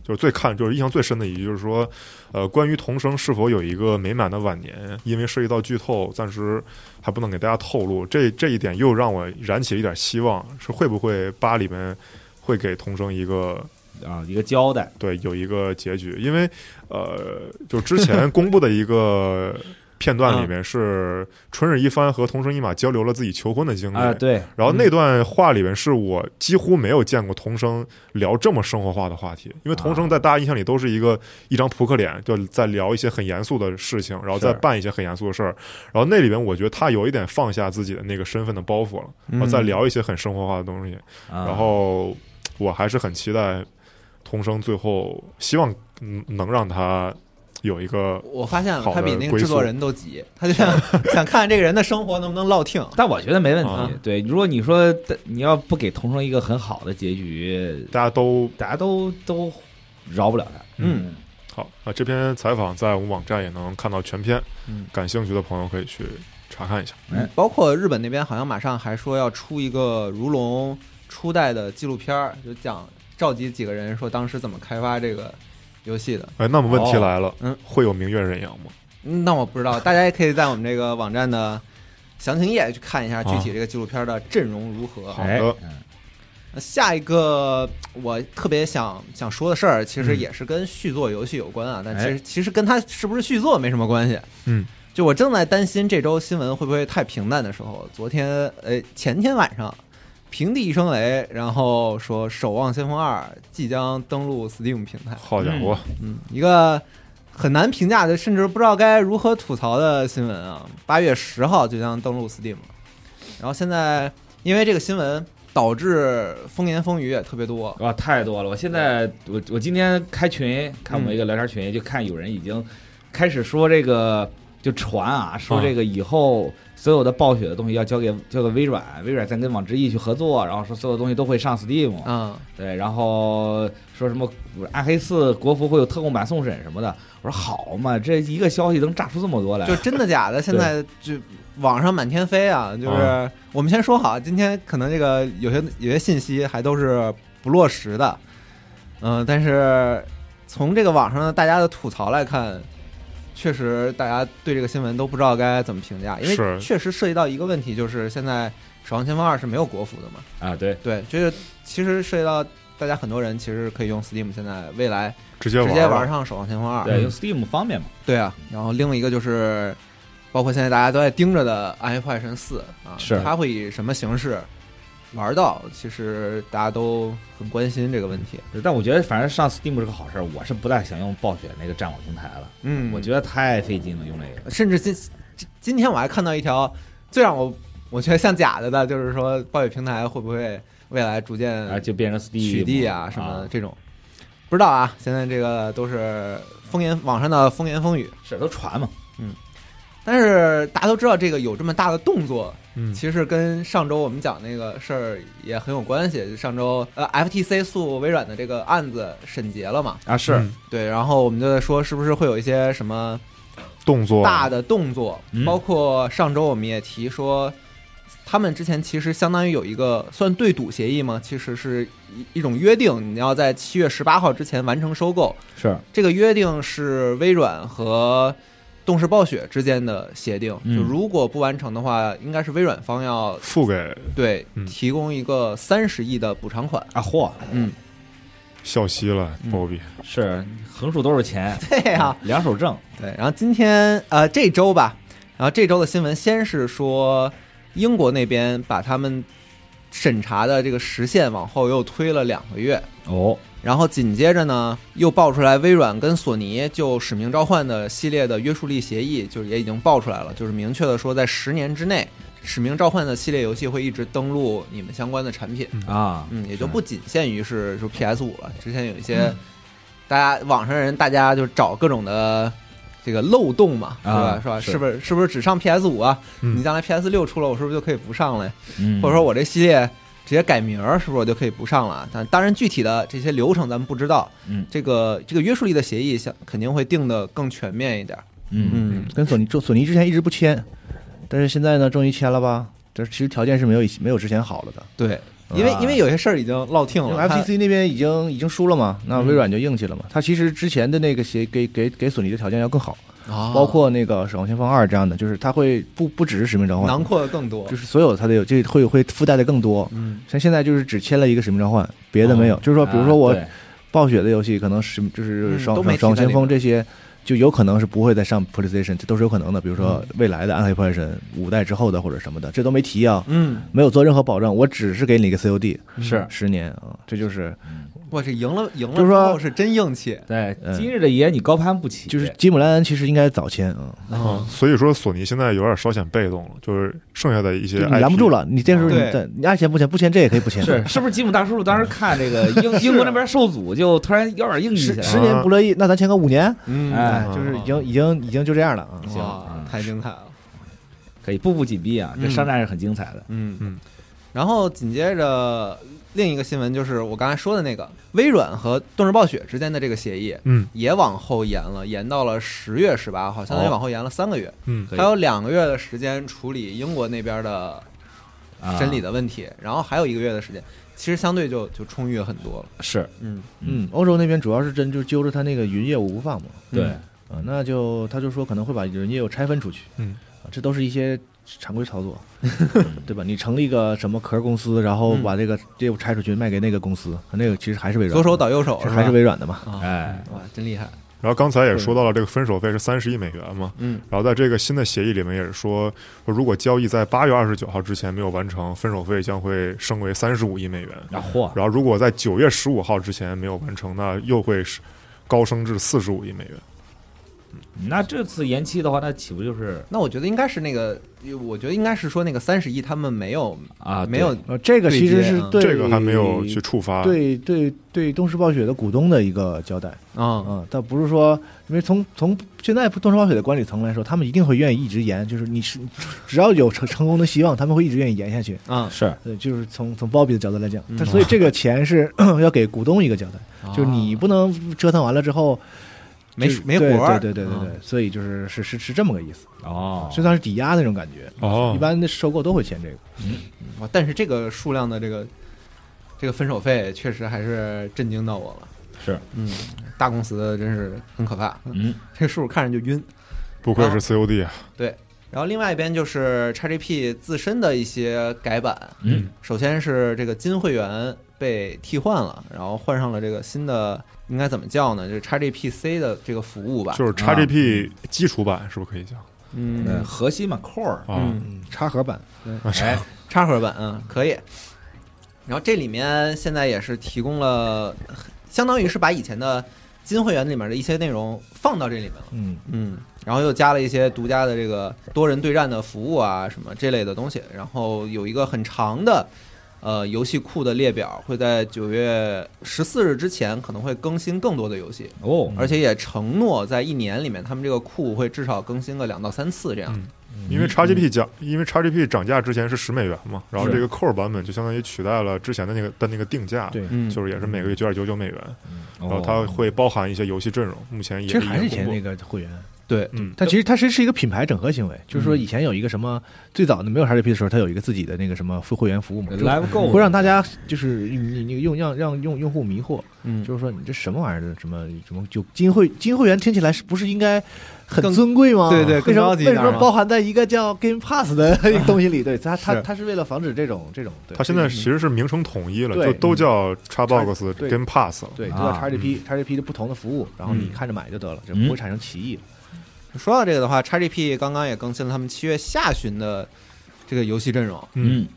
Speaker 2: 就是最看就是印象最深的一句，就是说，呃，关于童声是否有一个美满的晚年，因为涉及到剧透，暂时还不能给大家透露。这这一点又让我燃起了一点希望，是会不会八里面会给童声一个
Speaker 3: 啊，一个交代
Speaker 2: 对有一个结局？因为呃，就之前公布的一个。片段里 面是春日一番和童声一马交流了自己求婚的经历
Speaker 3: 啊，对，
Speaker 2: 然后那段话里面是我几乎没有见过童声聊这么生活化的话题，因为童声在
Speaker 3: 啊
Speaker 2: 大家印象里都是一个一张扑克脸，就在聊一些很严肃的事情，然后再
Speaker 3: 是
Speaker 2: 办一些很严肃的事儿。然后那里面我觉得他有一点放下自己的那个身份的包袱了，然后再哦聊一些很生活化的东西。
Speaker 3: 嗯
Speaker 2: 嗯
Speaker 3: 啊
Speaker 2: 然后我还是很期待童声最后，希望嗯能让他有一个
Speaker 1: 我发现了
Speaker 2: 好，的
Speaker 1: 他比那个
Speaker 2: 归
Speaker 1: 制作
Speaker 2: 宿
Speaker 1: 人都急，他就想想 看这个人的生活能不能落听。
Speaker 3: 但我觉得没问题。
Speaker 2: 啊
Speaker 3: 对，如果你说你要不给童生一个很好的结局，
Speaker 2: 大家都
Speaker 3: 大家都都饶不了他。
Speaker 1: 嗯，
Speaker 2: 好啊，这篇采访在我们网站也能看到全篇，
Speaker 1: 嗯
Speaker 2: 感兴趣的朋友可以去查看一下。
Speaker 3: 哎
Speaker 1: 包括日本那边好像马上还说要出一个如龙初代的纪录片儿，就讲召集几个人说当时怎么开发这个游戏的。
Speaker 2: 哎，那么问题来了，
Speaker 1: 嗯，
Speaker 2: 会有明月人阳吗？
Speaker 1: 嗯那我不知 道，大家也可以在我们这个网站的详情页去看一下具
Speaker 2: 啊
Speaker 1: 体这个纪录片的阵容如何。
Speaker 2: 好
Speaker 3: 哎
Speaker 2: 的
Speaker 3: 嗯
Speaker 1: 那下一个我特别想想说的事儿，其实也是跟续作游戏有关啊，但其实其实跟它是不是续作没什么关系。
Speaker 2: 嗯，
Speaker 1: 就我正在担心这周新闻会不会太平淡的时候，昨天呃前天晚上，平地一声雷，然后说《守望先锋二》即将登陆 Steam 平台，
Speaker 2: 好家伙，
Speaker 1: 嗯，一个很难评价的，甚至不知道该如何吐槽的新闻啊！八月十号就将登陆 Steam，然后现在因为这个新闻导致风言风语也特别多，
Speaker 3: 哇，啊太多了！我现在我我今天开群，看我
Speaker 1: 嗯
Speaker 3: 们一个聊天群，就看有人已经开始说这个，就传啊，说
Speaker 1: 嗯
Speaker 3: 这个以后所有的暴雪的东西要交给交给微软，微软再跟网之翼去合作，然后说所有东西都会上 Steam，
Speaker 1: 嗯，
Speaker 3: 对，然后说什么暗黑四国服会有特供版送审什么的。我说好嘛，这一个消息能炸出这么多来
Speaker 1: 就，真的假的，现在就网上满天飞啊！就是我们先说好，今天可能这个有些有些信息还都是不落实的，嗯、但是从这个网上大家的吐槽来看，确实大家对这个新闻都不知道该怎么评价，因
Speaker 2: 是
Speaker 1: 为确实涉及到一个问题，就是现在《守望先锋二》是没有国服的嘛，
Speaker 3: 啊，对，
Speaker 1: 对，就是其实涉及到大家很多人其实可以用 Steam 现在未来
Speaker 2: 直接玩
Speaker 1: 直
Speaker 2: 了
Speaker 1: 接玩上《守望先锋二》，
Speaker 3: 对，用 Steam 方便嘛，
Speaker 1: 对啊，然后另外一个就是，包括现在大家都在盯着的《暗黑破坏神四》啊，
Speaker 3: 是
Speaker 1: 它会以什么形式玩到，其实大家都很关心这个问题。
Speaker 3: 但我觉得反正上 Steam 是个好事儿，我是不太想用暴雪那个战火平台了，
Speaker 1: 嗯
Speaker 3: 我觉得太费劲了，用那个。
Speaker 1: 甚至今今今天我还看到一条最让我我觉得像假的的，就是说暴雪平台会不会未来逐渐
Speaker 3: 然后就变成 Steam
Speaker 1: 取缔啊什么的这种，不知道啊。现在这个都是风言网上的风言风语，
Speaker 3: 是都传嘛，
Speaker 1: 但是大家都知道这个有这么大的动作，
Speaker 2: 嗯
Speaker 1: 其实跟上周我们讲那个事儿也很有关系。上周呃，FTC 诉微软的这个案子审结了嘛，
Speaker 3: 啊是
Speaker 2: 嗯
Speaker 1: 对，然后我们就在说是不是会有一些什么。
Speaker 2: 动作
Speaker 1: 大的动作
Speaker 3: 嗯，
Speaker 1: 包括上周我们也提说，他们之前其实相当于有一个算对赌协议吗？其实是一一种约定，你要在七月十八号之前完成收购。
Speaker 3: 是
Speaker 1: 这个约定是微软和动视暴雪之间的协定，
Speaker 3: 嗯
Speaker 1: 就如果不完成的话，应该是微软方要
Speaker 2: 付给
Speaker 1: 对
Speaker 2: 嗯
Speaker 1: 提供一个三十亿的补偿款。
Speaker 3: 啊嚯，
Speaker 1: 嗯，
Speaker 2: 笑嘻了，啊
Speaker 1: 嗯
Speaker 2: 鲍比，
Speaker 3: 是横竖都是钱， 嗯
Speaker 1: 对啊呀、
Speaker 3: 两手挣，
Speaker 1: 对，然后今天呃这周吧，然后这周的新闻先是说英国那边把他们审查的这个时限往后又推了两个月，
Speaker 3: 哦，
Speaker 1: 然后紧接着呢又爆出来微软跟索尼就《使命召唤》的系列的约束力协议，就是也已经爆出来了，就是明确的说在十年之内，《使命召唤》的系列游戏会一直登录你们相关的产品。
Speaker 3: 啊，
Speaker 1: 嗯，也就不仅限于是说 PS 五了。之前有一些大家网上人，大家就找各种的这个漏洞嘛，是
Speaker 3: 啊
Speaker 1: 吧？是吧？
Speaker 3: 是
Speaker 1: 是不是是不是只上 PS 五啊？
Speaker 2: 嗯
Speaker 1: 你将来 PS 六出了，我是不是就可以不上了呀？
Speaker 3: 嗯
Speaker 1: 或者说我这系列直接改名儿，是不是我就可以不上了？啊但当然，具体的这些流程咱们不知道。
Speaker 3: 嗯
Speaker 1: 这个这个约束力的协议，像肯定会定的更全面一点。
Speaker 3: 嗯
Speaker 1: 嗯，
Speaker 4: 跟索尼索索尼之前一直不签，但是现在呢，终于签了吧？这其实条件是没有以没有之前好了的。
Speaker 1: 对，因为
Speaker 4: 啊
Speaker 1: 因为有些事儿已经落听
Speaker 4: 因为
Speaker 1: 了。它
Speaker 4: FTC 那边已经已经输了嘛，那
Speaker 1: 嗯
Speaker 4: 微软就硬气了嘛。它其实之前的那个协给给给索尼的条件要更好，
Speaker 1: 啊
Speaker 4: 包括那个《守望先锋二》这样的，就是它会不不只是使命召
Speaker 1: 囊
Speaker 4: 唤，
Speaker 1: 括的更多
Speaker 4: 就。是所有它的有这会会附带的更多。
Speaker 1: 嗯
Speaker 4: 像现在就是只签了一个使命召唤，别的没有。就是说，比如说我
Speaker 3: 啊对
Speaker 4: 暴雪的游戏，可能是就是
Speaker 1: 哦嗯
Speaker 4: 守
Speaker 1: 都
Speaker 4: 守
Speaker 1: 没
Speaker 4: 守
Speaker 1: 提
Speaker 4: 守望
Speaker 1: 在
Speaker 4: 先
Speaker 1: 里
Speaker 4: 锋
Speaker 1: 边
Speaker 4: 这些，就有可能是不会再上 PlayStation，这都是有可能的。比如说
Speaker 1: 嗯
Speaker 4: 未来的《暗黑破坏神》五代之后的或者什么的，这都没提啊，
Speaker 1: 嗯，
Speaker 4: 没有做任何保证，我只是给你一个 COD
Speaker 3: 是
Speaker 4: 十年啊，这就是
Speaker 1: 我这赢了赢了
Speaker 4: 就是
Speaker 1: 之
Speaker 4: 说
Speaker 1: 后是真硬气。
Speaker 3: 对
Speaker 4: 嗯
Speaker 3: 今日的爷你高攀不起，
Speaker 4: 就是吉姆莱恩其实应该早签啊，
Speaker 1: 啊，
Speaker 2: 所以说索尼现在有点稍显被动了，就是剩下的一
Speaker 4: 就
Speaker 2: 些啊
Speaker 4: 你拦不住
Speaker 2: 了，
Speaker 4: 了，你这时候你
Speaker 1: 对
Speaker 4: 再你爱签不签，不签这也可以不签。
Speaker 3: 是是不是吉姆大叔叔当时看这 个英英国那边受阻，就突然有点硬气起
Speaker 4: 十
Speaker 3: 来
Speaker 4: 十
Speaker 3: 了，
Speaker 4: 年不乐意，那咱签个五年，
Speaker 1: 嗯
Speaker 3: 哎
Speaker 4: 就是已经已经已经就这样了啊。
Speaker 3: 行
Speaker 1: 哇
Speaker 3: 嗯，
Speaker 1: 太精彩了，
Speaker 3: 可以步步紧逼啊，这
Speaker 1: 嗯
Speaker 3: 商战是很精彩的，
Speaker 1: 嗯
Speaker 2: 嗯。
Speaker 1: 然后紧接着另一个新闻就是我刚才说的那个微软和动视暴雪之间的这个协议
Speaker 2: 嗯
Speaker 1: 也往后延了，延到了十月十八号，相当于往后延了三个月，
Speaker 2: 嗯
Speaker 3: 可以
Speaker 1: 还有两个月的时间处理英国那边的
Speaker 3: 啊
Speaker 1: 审理的问题，然后还有一个月的时间，其实相对就就充裕很多了。
Speaker 3: 是
Speaker 1: 嗯，
Speaker 4: 嗯，欧洲那边主要是真就揪着他那个云业务不放嘛。
Speaker 3: 对
Speaker 1: 嗯
Speaker 4: 啊，那就他就说可能会把人业务拆分出去，
Speaker 2: 嗯
Speaker 4: 啊，这都是一些常规操作，对吧？你成立一个什么壳公司，然后
Speaker 1: 嗯
Speaker 4: 把这个业务拆出去卖给那个公司，那个其实还是微软的，
Speaker 1: 左手倒右手
Speaker 4: 这
Speaker 1: 吧
Speaker 4: 还是微软的嘛？
Speaker 1: 啊，
Speaker 3: 哎
Speaker 1: 哇，真厉害。
Speaker 2: 然后刚才也说到了这个分手费是三十亿美元嘛，
Speaker 1: 嗯
Speaker 2: 然后在这个新的协议里面也是说，说如果交易在八月二十九号之前没有完成，分手费将会升为三十五亿美元。
Speaker 3: 啊嚯
Speaker 2: 然后如果在九月十五号之前没有完成，那又会是高升至四十五亿美元。
Speaker 3: 那这次延期的话，那岂不就是
Speaker 1: 那我觉得应该是那个，我觉得应该是说那个三十亿他们没有
Speaker 3: 啊
Speaker 1: 没有
Speaker 4: 呃，这个其实是对
Speaker 2: 这个还没有去触发。
Speaker 4: 对对对东视暴雪的股东的一个交代
Speaker 1: 啊
Speaker 4: 啊，倒不是说，因为从从现在东视暴雪的管理层来说，他们一定会愿意一直延，就是你是只要有成成功的希望，他们会一直愿意延下去。
Speaker 1: 啊，
Speaker 3: 是
Speaker 4: 呃，就是从从鲍比的角度来讲，
Speaker 1: 嗯啊
Speaker 4: 但所以这个钱是 要给股东一个交代，就是你不能折腾完了之后
Speaker 1: 没
Speaker 4: 就是
Speaker 1: 没活
Speaker 4: 对
Speaker 1: 儿，啊
Speaker 4: 对对对对对，所以就是是是是这么个意思，
Speaker 3: 哦
Speaker 4: 就算是抵押那种感觉。
Speaker 2: 哦
Speaker 4: 一，般的收购都会签这个，
Speaker 1: 哇！啊但是这个数量的这个这个分手费，确实还是震惊到我了。
Speaker 3: 是
Speaker 1: 嗯，大公司的真是很可怕，
Speaker 3: 嗯
Speaker 1: 这数看着就晕。
Speaker 2: 不愧是 COD 啊！
Speaker 1: 然后另外一边就是 XGP 自身的一些改版，
Speaker 3: 嗯
Speaker 1: 首先是这个金会员被替换了，然后换上了这个新的，应该怎么叫呢？就是 XGPC 的这个服务吧。
Speaker 2: 就是 XGP 基础版是不是可以讲
Speaker 3: 嗯
Speaker 1: 嗯
Speaker 3: 核心嘛 core
Speaker 2: 啊？
Speaker 1: 嗯，
Speaker 4: 嗯，插盒版，
Speaker 2: 啊是
Speaker 3: 哎
Speaker 1: 插盒版啊，可以。然后这里面现在也是提供了，相当于是把以前的金会员里面的一些内容放到这里面了。
Speaker 4: 嗯，
Speaker 1: 嗯，然后又加了一些独家的这个多人对战的服务啊，什么这类的东西。然后有一个很长的呃游戏库的列表，会在九月十四日之前可能会更新更多的游戏，
Speaker 3: 哦，
Speaker 1: 而且也承诺在一年里面，他们这个库会至少更新个两到三次这样。
Speaker 2: 嗯因为 XGP 涨，因为 XGP 涨价之前是十美元嘛，然后这个扣儿版本就相当于取代了之前的那个的那个定价，
Speaker 4: 对
Speaker 1: 嗯，
Speaker 2: 就是也是每个月九点九九美元，然后
Speaker 3: 哦
Speaker 2: 它会包含一些游戏阵容，目前也
Speaker 4: 其实还是以
Speaker 2: 已经
Speaker 4: 前
Speaker 2: 公布
Speaker 4: 那个会员，
Speaker 1: 对，
Speaker 2: 嗯，
Speaker 4: 它其实它其实是一个品牌整合行为，就
Speaker 1: 嗯
Speaker 4: 是说以前有一个什么最早的没有 XGP 的时候，它有一个自己的那个什么付会员服务
Speaker 1: 呃
Speaker 4: 嘛，就是
Speaker 3: ，Live Go
Speaker 1: 嗯
Speaker 4: 会让大家就是你你用让让用用户迷惑，
Speaker 1: 嗯，
Speaker 4: 就是说你这什么玩意儿的什么什么就金会金会员听起来是不是应该很
Speaker 1: 更
Speaker 4: 尊贵吗？
Speaker 1: 对对
Speaker 4: 为
Speaker 1: 更
Speaker 4: 什么
Speaker 1: 高级一
Speaker 4: 为
Speaker 1: 点
Speaker 4: 什
Speaker 1: 吗
Speaker 4: 么包含在一个叫 Game Pass 的一个东西里？对，它它
Speaker 2: 是
Speaker 4: 它是为了防止这种这种，对
Speaker 2: 它现在其实是名称统一了，
Speaker 4: 对
Speaker 2: 就都叫 Xbox
Speaker 4: 对
Speaker 2: 跟 Pass 了。
Speaker 4: 对都叫
Speaker 3: 啊
Speaker 4: XGP XGP 的不同的服务，然后你
Speaker 1: 嗯
Speaker 4: 看着买就得了，这
Speaker 3: 嗯
Speaker 4: 不会产生歧义。
Speaker 1: 说到这个的话，XGP 刚刚也更新了他们七月下旬的这个游戏阵容，
Speaker 3: 嗯，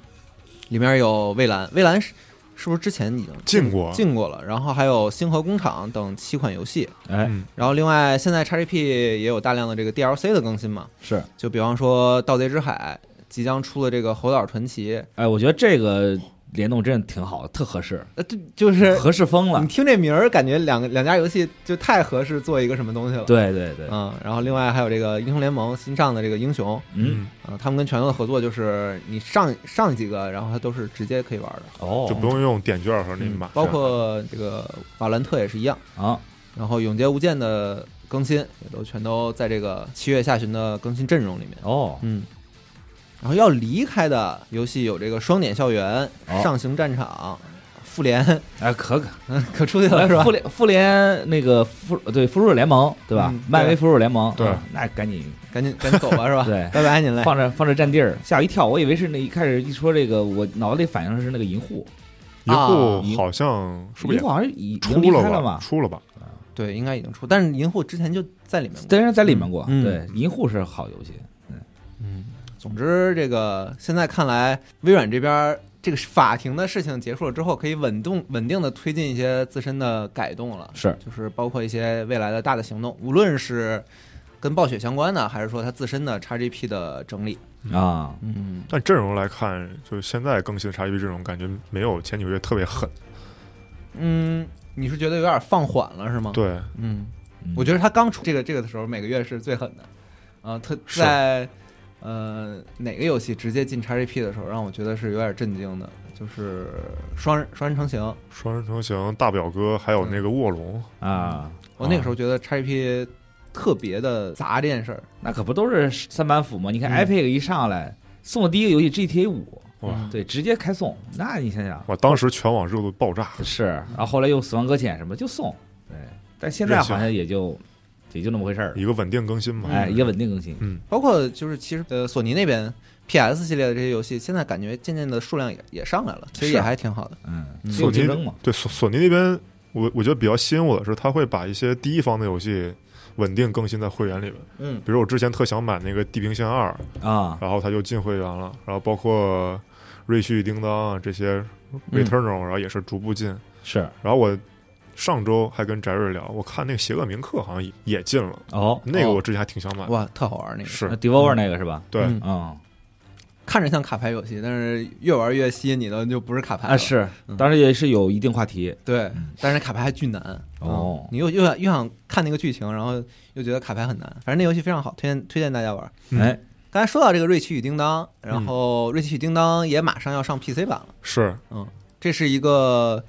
Speaker 1: 里面有蔚蓝，蔚蓝是是不是之前已经
Speaker 2: 进过，
Speaker 3: 啊
Speaker 1: 进过了，然后还有《星河工厂》等七款游戏。
Speaker 3: 哎，
Speaker 2: 嗯，
Speaker 1: 然后另外，现在 XGP 也有大量的这个 DLC 的更新嘛，
Speaker 3: 是，
Speaker 1: 就比方说《盗贼之海》即将出的这个《猴岛传奇》，
Speaker 3: 哎，我觉得这个联动真的挺好的，特合适，
Speaker 1: 呃，这就是嗯
Speaker 3: 合适疯了
Speaker 1: 你。听这名儿，感觉两个两家游戏就太合适做一个什么东西了。，
Speaker 3: 对对对，
Speaker 1: 嗯，然后另外还有这个《英雄联盟》新上的这个英雄，
Speaker 3: 嗯，
Speaker 1: 啊，他们跟拳头的合作就是你上上几个，然后它都是直接可以玩的，
Speaker 3: 哦，
Speaker 2: 就不用用点券和那
Speaker 1: 嗯
Speaker 2: 码，
Speaker 1: 包括这个瓦兰特也是一样。
Speaker 3: 啊，
Speaker 1: 然后《永劫无间》的更新也都全都在这个七月下旬的更新阵容里面。
Speaker 3: 哦，
Speaker 1: 嗯，然后要离开的游戏有这个《双点校园》
Speaker 3: 哦
Speaker 1: 上行战场》《复联》，
Speaker 3: 哎，可可，
Speaker 1: 可出去了
Speaker 3: 哎
Speaker 1: 是吧
Speaker 3: 复？联复联那个复对复仇者联盟对吧
Speaker 1: 嗯？
Speaker 3: 漫威
Speaker 1: 对
Speaker 3: 复仇者联盟，
Speaker 2: 对
Speaker 3: 啊那赶紧
Speaker 1: 赶紧赶紧走吧是吧？
Speaker 3: 对
Speaker 1: 拜拜您嘞。
Speaker 3: 放着放着占地儿，吓我一跳，我以为是那一开始一说这个，我脑子里反应是那个银护，
Speaker 2: 一户
Speaker 3: 啊
Speaker 2: 好像是不是也
Speaker 3: 银护好像已已经
Speaker 2: 出
Speaker 3: 离开
Speaker 2: 吧？
Speaker 3: 嘛，
Speaker 2: 出了吧？
Speaker 1: 对，应该已经出，但是银护之前就在里面过。
Speaker 3: 但是在里面过，
Speaker 1: 嗯
Speaker 3: 对，银护是好游戏，
Speaker 1: 嗯，总之这个现在看来，微软这边儿这个法庭的事情结束了之后，可以稳动稳定的推进一些自身的改动了。
Speaker 3: 是
Speaker 1: 就是包括一些未来的大的行动，无论是跟暴雪相关的，还是说它自身的 XGP 的整理。
Speaker 3: 啊，
Speaker 1: 嗯，
Speaker 2: 但阵容来看，就是现在更新的 XGP 阵容，感觉没有前几个月特别狠。
Speaker 1: 嗯，你是觉得有点放缓了是吗？，
Speaker 2: 对，
Speaker 1: 嗯，
Speaker 3: 嗯
Speaker 1: 我觉得它刚出这个这个的时候，每个月是最狠的。啊、特
Speaker 2: 是
Speaker 1: 在呃哪个游戏直接进 XGP 的时候，让我觉得是有点震惊的，就是双人双人成行。
Speaker 2: 双人成行、大表哥还有那个卧龙，
Speaker 3: 啊，
Speaker 1: 我那个时候觉得 XGP 特别的杂这件事儿，
Speaker 3: 那可不都是三板斧吗？你看
Speaker 1: 嗯
Speaker 3: Epic 一上来送的第一个游戏 GTA 五，
Speaker 2: 哇
Speaker 3: 对，直接开送，那你想想
Speaker 2: 哇！当时全网热度爆炸，
Speaker 3: 是，然后后来又死亡搁浅什么就送，对，但现在
Speaker 2: 任性
Speaker 3: 好像也就也就那么回事儿，
Speaker 2: 一个稳定更新嘛。
Speaker 3: 哎，也稳定更新，
Speaker 1: 包括就是其实呃索尼那边 PS 系列的这些游戏，现在感觉渐渐的数量也也上来了，其实
Speaker 3: 是
Speaker 1: 也
Speaker 3: 啊
Speaker 1: 还挺好的。
Speaker 3: 嗯，
Speaker 1: 嗯
Speaker 3: 自由竞争嘛，
Speaker 2: 对索索尼那边，我我觉得比较吸引我的是，他会把一些第一方的游戏稳定更新在会员里面。
Speaker 1: 嗯，
Speaker 2: 比如我之前特想买那个《地平线二》，
Speaker 3: 啊，
Speaker 2: 然后他就进会员了，然后包括《瑞趣叮当》啊这些 Returnal，、然后也是逐步进。
Speaker 3: 是
Speaker 2: 然后我上周还跟翟瑞聊，我看那个《邪恶铭刻》好像也也进了，
Speaker 3: 哦，
Speaker 2: 那个我之前还挺想买的。
Speaker 1: 哇，特好玩那个，
Speaker 2: 是，
Speaker 3: Devolver 那个是吧？
Speaker 2: 对，
Speaker 1: 嗯
Speaker 3: 嗯
Speaker 1: 看着像卡牌游戏，但是越玩越吸引你的就不是卡牌了。
Speaker 3: 啊，是
Speaker 1: 嗯，
Speaker 3: 当时也是有一定话题，
Speaker 1: 对，但是那卡牌还巨难
Speaker 3: 哦
Speaker 1: 嗯你又又想又想看那个剧情，然后又觉得卡牌很难，反正那游戏非常好，推荐推荐大家玩。
Speaker 2: 嗯
Speaker 3: 哎，
Speaker 1: 刚才说到这个《瑞奇与叮当》，然后《
Speaker 3: 嗯
Speaker 1: 瑞奇与叮当》也马上要上 PC 版了。
Speaker 2: 是
Speaker 1: 这是一个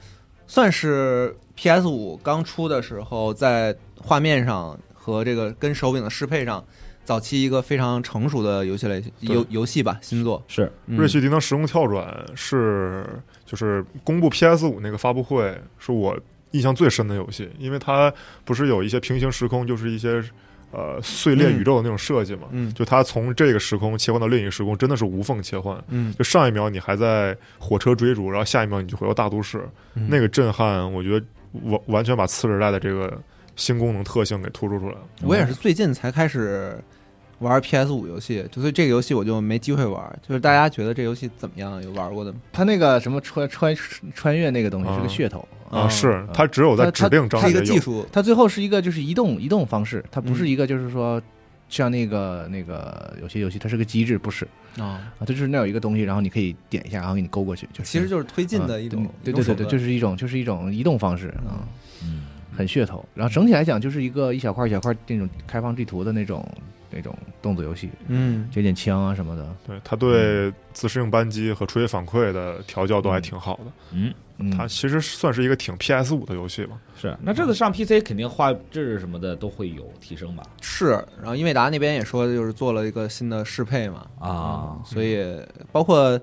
Speaker 1: 算是 PS 五刚出的时候，在画面上和这个跟手柄的适配上，早期一个非常成熟的游戏类型
Speaker 2: 对
Speaker 1: 游游戏吧，新作。
Speaker 3: 是
Speaker 1: 嗯
Speaker 2: 瑞奇叮当时空跳转是就是公布 PS 五那个发布会，是我印象最深的游戏，因为它不是有一些平行时空，就是一些呃碎裂
Speaker 1: 嗯
Speaker 2: 宇宙的那种设计嘛，
Speaker 1: 嗯
Speaker 2: 就它从这个时空切换到另一个时空，真的是无缝切换。
Speaker 1: 嗯，
Speaker 2: 就上一秒你还在火车追逐，然后下一秒你就回到大都市，
Speaker 1: 嗯
Speaker 2: 那个震撼，我觉得完完全把
Speaker 1: 嗯
Speaker 2: 次时代的这个新功能特性给突出出来了。
Speaker 1: 我也是最近才开始。玩 PS 五游戏，就所以这个游戏我就没机会玩。就是大家觉得这游戏怎么样？有玩过的吗？
Speaker 4: 他那个什么穿穿穿越那个东西是个
Speaker 2: 啊
Speaker 4: 噱头
Speaker 2: 啊，是
Speaker 4: 嗯
Speaker 2: 它只有在指定章
Speaker 1: 哦呃它一
Speaker 2: 节
Speaker 1: 个技
Speaker 2: 有，
Speaker 1: 术，
Speaker 4: 它最后是一个就是移动移动方式，它不是
Speaker 1: 嗯
Speaker 4: 一个就是说像那个那个有些游戏它是个机制，不是
Speaker 1: 啊，
Speaker 4: 啊，它就是那有一个东西，然后你可以点一下，然后给你勾过去，就是
Speaker 1: 其实就是推进的一种
Speaker 4: 嗯，对对对对，就是是一种就是一种移动方式啊
Speaker 1: 嗯，
Speaker 3: 嗯，
Speaker 4: 很噱头。然后整体来讲就是一个一小块一小块那种开放地图的那种那种动作游戏，
Speaker 1: 嗯，
Speaker 4: 捡捡枪啊什么的。
Speaker 2: 对它对自适应扳机和垂直反馈的调教都还挺好的。
Speaker 3: 嗯，
Speaker 4: 嗯，
Speaker 2: 它其实算是一个挺 PS 五的游戏吧。
Speaker 3: 是。那这次上 PC 肯定画质什么的都会有提升吧？
Speaker 1: 是。然后英伟达那边也说，就是做了一个新的适配嘛，
Speaker 3: 啊
Speaker 1: 所以包括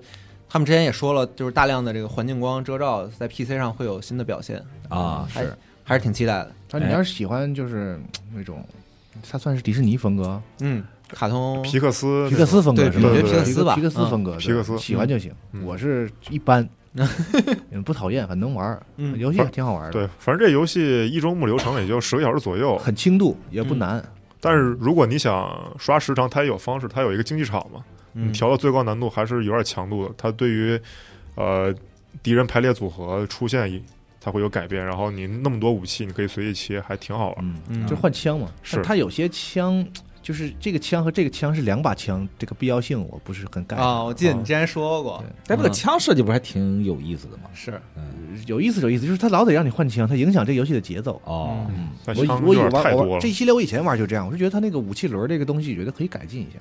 Speaker 1: 他们之前也说了，就是大量的这个环境光遮罩在 PC 上会有新的表现，
Speaker 3: 啊，
Speaker 1: 还
Speaker 3: 是
Speaker 1: 还是挺期待的。
Speaker 4: 但你要是喜欢就是那种，它算是迪士尼风格，
Speaker 1: 嗯，卡通
Speaker 2: 皮克斯
Speaker 4: 皮克斯风格
Speaker 1: 对
Speaker 4: 是吧？
Speaker 2: 我觉得皮克
Speaker 1: 斯吧
Speaker 4: 皮克斯
Speaker 1: 嗯
Speaker 4: 风格，对
Speaker 2: 皮克斯
Speaker 4: 喜欢就行。
Speaker 2: 嗯
Speaker 4: 我是一般，嗯不讨厌，很能玩儿，
Speaker 1: 嗯
Speaker 4: 游戏也挺好玩
Speaker 2: 那
Speaker 4: 的，
Speaker 2: 种，对，反正这游戏一周目流程也就十个小时左右。
Speaker 4: 很轻度，也
Speaker 1: 嗯
Speaker 4: 不难。
Speaker 2: 但是如果你想刷时长，它也有方式，它有一个竞技场嘛，你
Speaker 1: 嗯
Speaker 2: 调到最高难度还是有点强度的。它对于呃敌人排列组合出现一，它会有改变。然后你那么多武器，你可以随意切，还挺好玩。
Speaker 4: 嗯，
Speaker 1: 嗯
Speaker 4: 就换枪嘛。
Speaker 2: 是
Speaker 4: 但它有些枪，就是这个枪和这个枪是两把枪，这个必要性我不是很感
Speaker 1: 啊，我记得你之前说过
Speaker 4: 对，
Speaker 3: 但这个枪设计不是还挺有意思的吗？
Speaker 1: 是
Speaker 3: 嗯，
Speaker 4: 有意思有意思，就是它老得让你换枪，它影响这游戏的节奏。
Speaker 3: 哦，
Speaker 1: 嗯
Speaker 2: 但
Speaker 4: 我以
Speaker 2: 枪
Speaker 4: 我
Speaker 2: 有
Speaker 4: 以
Speaker 2: 点
Speaker 4: 玩
Speaker 2: 太
Speaker 4: 我
Speaker 2: 多
Speaker 4: 玩
Speaker 2: 了
Speaker 4: 这。一系列我以前玩就这样，我就觉得它那个武器轮这个东西，觉得可以改进一下，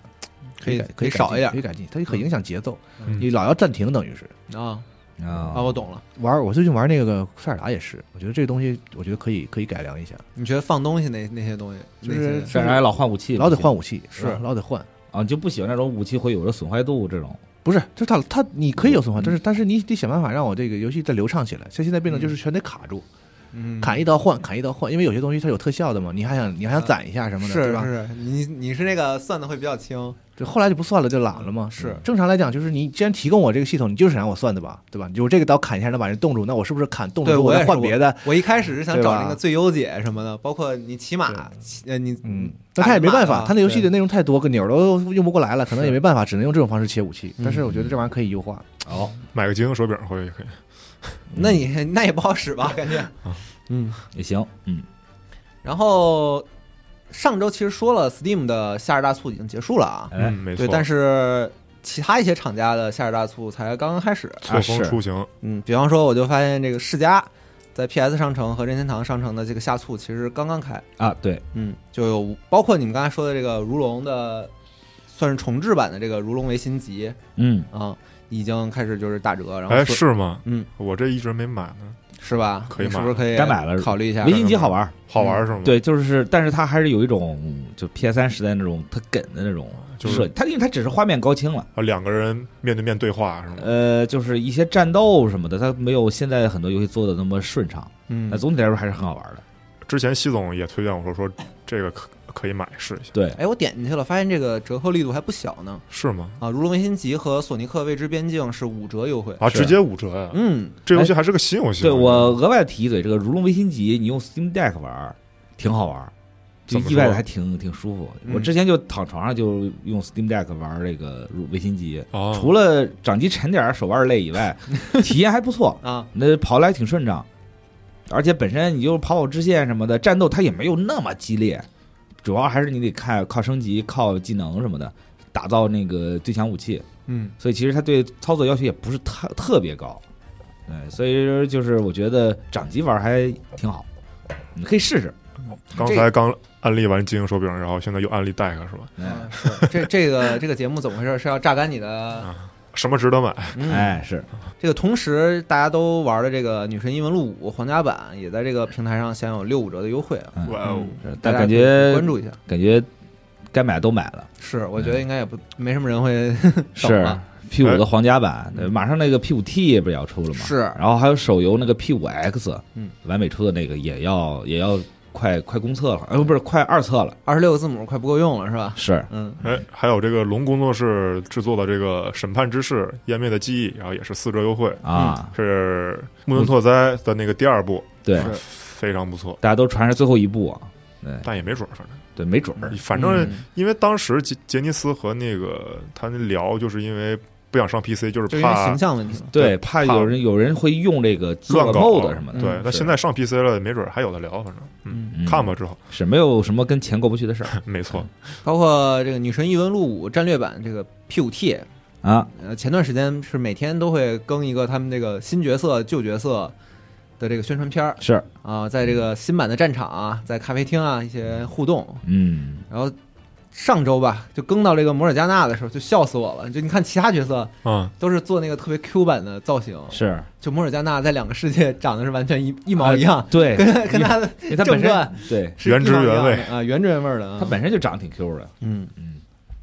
Speaker 1: 可以
Speaker 4: 改
Speaker 1: 可以
Speaker 4: 改
Speaker 1: 少
Speaker 4: 进
Speaker 1: 一点
Speaker 4: 可以改进，它很影响节奏，
Speaker 2: 嗯
Speaker 4: 你老要暂停，等于是。
Speaker 1: 啊
Speaker 3: 啊
Speaker 1: 啊，我懂了。
Speaker 4: 玩儿我最近玩那个塞尔达也是，我觉得这个东西我觉得可以可以改良一下，
Speaker 1: 你觉得放东西那那些东西，
Speaker 4: 就
Speaker 1: 那
Speaker 4: 是
Speaker 1: 些
Speaker 3: 虽然老换武器，
Speaker 4: 老得换武器，
Speaker 1: 是
Speaker 4: 老得换。
Speaker 3: 啊，你就不喜欢那种武器会有着损坏度这种
Speaker 4: 不是，就是它它你可以有损坏，但是但是你得想办法让我这个游戏再流畅起来。像现在变成就是全得卡住，
Speaker 1: 嗯，
Speaker 4: 砍一刀换，砍一刀换，因为有些东西它有特效的嘛，你还想你还想攒一下什么的，对
Speaker 1: 是
Speaker 4: 吧？
Speaker 1: 是，你你是那个算的会比较清，
Speaker 4: 对，后来就不算了，就懒了嘛。嗯
Speaker 1: 是
Speaker 4: 正常来讲，就是你既然提供我这个系统，你就是想让我算的吧，对吧？你就这个刀砍一下能把人冻住，那我是不是砍冻住
Speaker 1: 对
Speaker 4: 之后
Speaker 1: 我也
Speaker 4: 再
Speaker 1: 是
Speaker 4: 换别的？
Speaker 1: 我一开始是想
Speaker 4: 对
Speaker 1: 找
Speaker 4: 吧
Speaker 1: 那个最优解什么的，包括你骑马，骑呃你
Speaker 4: 嗯，
Speaker 1: 打
Speaker 4: 但他也没
Speaker 1: 人马
Speaker 4: 办法，
Speaker 1: 啊
Speaker 4: 他那游戏
Speaker 1: 对
Speaker 4: 的内容太多，个钮儿都用不过来了，可能
Speaker 1: 是
Speaker 4: 也没办法，只能用这种方式切武器。
Speaker 1: 嗯
Speaker 4: 但是我觉得这玩意儿可以优化，
Speaker 3: 哦，
Speaker 2: 买个精英手柄回去也可以。
Speaker 1: 那你
Speaker 2: 嗯
Speaker 1: 那也不好使 吧，感觉。嗯，
Speaker 3: 也行，嗯
Speaker 1: 然后上周其实说了，Steam 的夏日大促已经结束了啊，
Speaker 3: 哎
Speaker 2: 嗯，没错。
Speaker 1: 对，但是其他一些厂家的夏日大促才刚刚开始。
Speaker 2: 错
Speaker 3: 啊
Speaker 2: 峰
Speaker 3: 是
Speaker 2: 出行，
Speaker 1: 嗯，比方说，我就发现这个世嘉在 PS 商城和任天堂商城的这个夏促其实刚刚开，
Speaker 3: 啊，对，
Speaker 1: 嗯，就有包括你们刚才说的这个《如龙》的，算是重置版的这个《如龙维新集》
Speaker 3: 嗯，
Speaker 1: 啊、已经开始就是打折，然后
Speaker 2: 哎，
Speaker 1: 所
Speaker 2: 是吗？
Speaker 1: 嗯，
Speaker 2: 我这一直没买呢，
Speaker 1: 是吧？
Speaker 2: 可以
Speaker 1: 你
Speaker 2: 买
Speaker 1: 是不是可以
Speaker 3: 该买了
Speaker 1: 考虑一下
Speaker 3: 维？新机好玩儿，
Speaker 2: 好玩是吗？，
Speaker 3: 对，就是，但是它还是有一种就 PS 三时代那种特梗的那种
Speaker 2: 就是
Speaker 3: 设计，它因为它只是画面高清了。
Speaker 2: 啊，两个人面对面对话是吗？
Speaker 3: 呃，就是一些战斗什么的，它没有现在很多游戏做的那么顺畅，
Speaker 1: 嗯
Speaker 3: 但，总体来说还是很好玩的。
Speaker 2: 之前西总也推荐我说说这个可可以买试一下，
Speaker 3: 对，
Speaker 1: 哎，我点进去了，发现这个折扣力度还不小呢。
Speaker 2: 是吗？
Speaker 1: 啊，《如龙维新集》和《索尼克未知边境》是五折优惠。
Speaker 2: 啊，
Speaker 3: 是
Speaker 2: 直接五折呀！
Speaker 1: 嗯，
Speaker 2: 这游戏还是个新游戏呢。
Speaker 3: 对我额外提一嘴，这个《如龙维新集》，你用 Steam Deck 玩儿，挺好玩儿，就
Speaker 2: 怎么
Speaker 3: 意外的
Speaker 2: 说
Speaker 3: 还挺挺舒服。
Speaker 1: 嗯
Speaker 3: 我之前就躺床上就用 Steam Deck 玩儿这个《如维新集》，
Speaker 2: 啊，
Speaker 3: 除了掌机沉点儿、手腕累 以外，体验还不错，
Speaker 1: 啊，
Speaker 3: 那跑来挺顺畅，而且本身你就跑跑支线什么的，战斗它也没有那么激烈，主要还是你得看靠升级、靠技能什么的，打造那个最强武器。
Speaker 1: 嗯，
Speaker 3: 所以其实它对操作要求也不是特特别高，对，所以就是我觉得掌机玩还挺好，你可以试试。
Speaker 2: 刚才刚安利完精英手柄，然后现在又安利 Deck 是吧？
Speaker 3: 嗯
Speaker 1: 啊，是这这个这个节目怎么回事？是要榨干你的？
Speaker 2: 什么值得买？
Speaker 1: 嗯、，
Speaker 3: 啊哎，是
Speaker 1: 这个同时大家都玩的这个《女神异闻录五》皇家版也在这个平台上享有六五折的优惠啊。
Speaker 3: 嗯
Speaker 2: 哇哦，
Speaker 1: 嗯
Speaker 3: 是，
Speaker 1: 大
Speaker 3: 但
Speaker 1: 家
Speaker 3: 感
Speaker 1: 可以
Speaker 3: 觉
Speaker 1: 关注一下，
Speaker 3: 感觉该买都买了，
Speaker 1: 是我觉得应该也不没什么人会 懂
Speaker 3: 嗯是
Speaker 1: 了。
Speaker 3: P 五的皇家版，对马上那个 P 五 T 不是也要出了吗？
Speaker 1: 是
Speaker 3: 然后还有手游那个 P 五 X，
Speaker 1: 嗯，
Speaker 3: 完美出的那个也要也要快快公测了，哎，不是快二测了，
Speaker 1: 二十六个字母快不够用了是吧？
Speaker 3: 是
Speaker 1: 嗯，
Speaker 2: 哎，还有这个龙工作室制作的这个《审判之誓》页面的记忆，然后也是四折优惠，
Speaker 3: 啊，
Speaker 2: 是木村拓哉的那个第二部，
Speaker 3: 对，
Speaker 1: 是
Speaker 2: 非常不错。
Speaker 3: 大家都传是最后一步啊，对
Speaker 2: 但也没准儿，反正
Speaker 3: 对，没准儿。
Speaker 2: 反正
Speaker 1: 嗯
Speaker 2: 因为当时杰杰尼斯和那个他们聊，就是因为不想上 PC，就是
Speaker 1: 就因为
Speaker 2: 怕
Speaker 1: 形象问题嘛。
Speaker 3: 对，怕
Speaker 2: 怕
Speaker 3: 有人有人会用这个做
Speaker 2: 乱搞啊
Speaker 3: mode 什么的。
Speaker 2: 对
Speaker 1: 嗯，
Speaker 2: 那
Speaker 3: 是
Speaker 2: 现在上 PC 了，没准儿还有的聊，反正嗯，
Speaker 1: 嗯，
Speaker 3: 嗯
Speaker 2: 看吧，之后
Speaker 3: 是没有什么跟钱过不去的事儿
Speaker 2: 没错，
Speaker 1: 包括这个《女神异闻录五》战略版这个 P 五 T，
Speaker 3: 啊。
Speaker 1: 呃，前段时间是每天都会更一个他们这个新角色、旧角色的这个宣传片儿
Speaker 3: 是，
Speaker 1: 啊、在这个新版的战场啊，在咖啡厅啊一些互动。
Speaker 3: 嗯，
Speaker 1: 然后上周吧，就更到这个摩尔加纳的时候，就笑死我了。就你看其他角色
Speaker 2: 嗯，
Speaker 1: 都是做那个特别 Q 版的造型，
Speaker 3: 是
Speaker 1: 就摩尔加纳在两个世界长得是完全一一毛一样，
Speaker 3: 对，
Speaker 1: 跟跟他的
Speaker 3: 因为它本
Speaker 1: 正传
Speaker 3: 身对，
Speaker 1: 是一
Speaker 2: 原汁
Speaker 1: 模一
Speaker 2: 原
Speaker 1: 样
Speaker 2: 味
Speaker 1: 的啊，原汁原味儿的啊。
Speaker 3: 它本身就长得挺 Q 的。
Speaker 1: 嗯，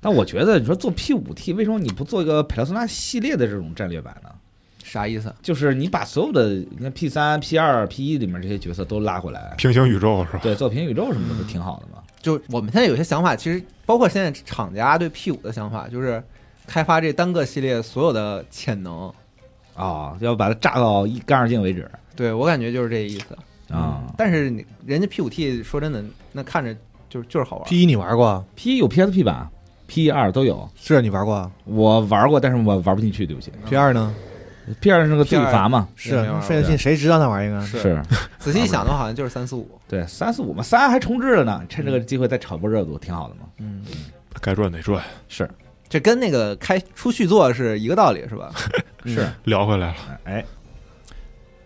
Speaker 3: 但我觉得你说做 P 五 T，为什么你不做一个佩拉索纳系列的这种战略版呢？
Speaker 1: 啥意思？啊
Speaker 3: 就是你把所有的你看 P 三、P 二、P 一里面这些角色都拉回来，
Speaker 2: 平行宇宙是吧？
Speaker 3: 对，做平行宇宙什么的不挺好的吗？
Speaker 1: 就我们现在有些想法，其实包括现在厂家对 P 五的想法，就是开发这单个系列所有的潜能。
Speaker 2: 嗯
Speaker 3: 啊、要把它炸到一干二净为止
Speaker 1: 对我感觉就是这意思
Speaker 3: 啊、
Speaker 1: 嗯但是你人家 P 五 T 说真的，那看着就是就是好玩。
Speaker 4: P 一你玩过啊？
Speaker 3: P 一有 PSP 版，P 二都有。
Speaker 4: 是你玩过啊
Speaker 3: 我玩过，但是我玩不进去，对不起。
Speaker 4: ？P 二呢？
Speaker 3: P 二是个罪与
Speaker 1: P2
Speaker 3: 罚嘛，
Speaker 4: 嗯是
Speaker 1: 也没玩过
Speaker 4: 费劲，谁知道那玩意儿啊？
Speaker 1: 是
Speaker 3: 是
Speaker 1: 仔细一想的话，好像就是三四五。
Speaker 3: 对三四五嘛，三还重置了呢，趁这个机会再炒波热度，挺好的嘛。
Speaker 1: 嗯，
Speaker 2: 该赚得赚，
Speaker 3: 是
Speaker 1: 这跟那个开出续作是一个道理，是吧？
Speaker 3: 是
Speaker 1: 嗯，
Speaker 2: 聊回来了，
Speaker 3: 哎，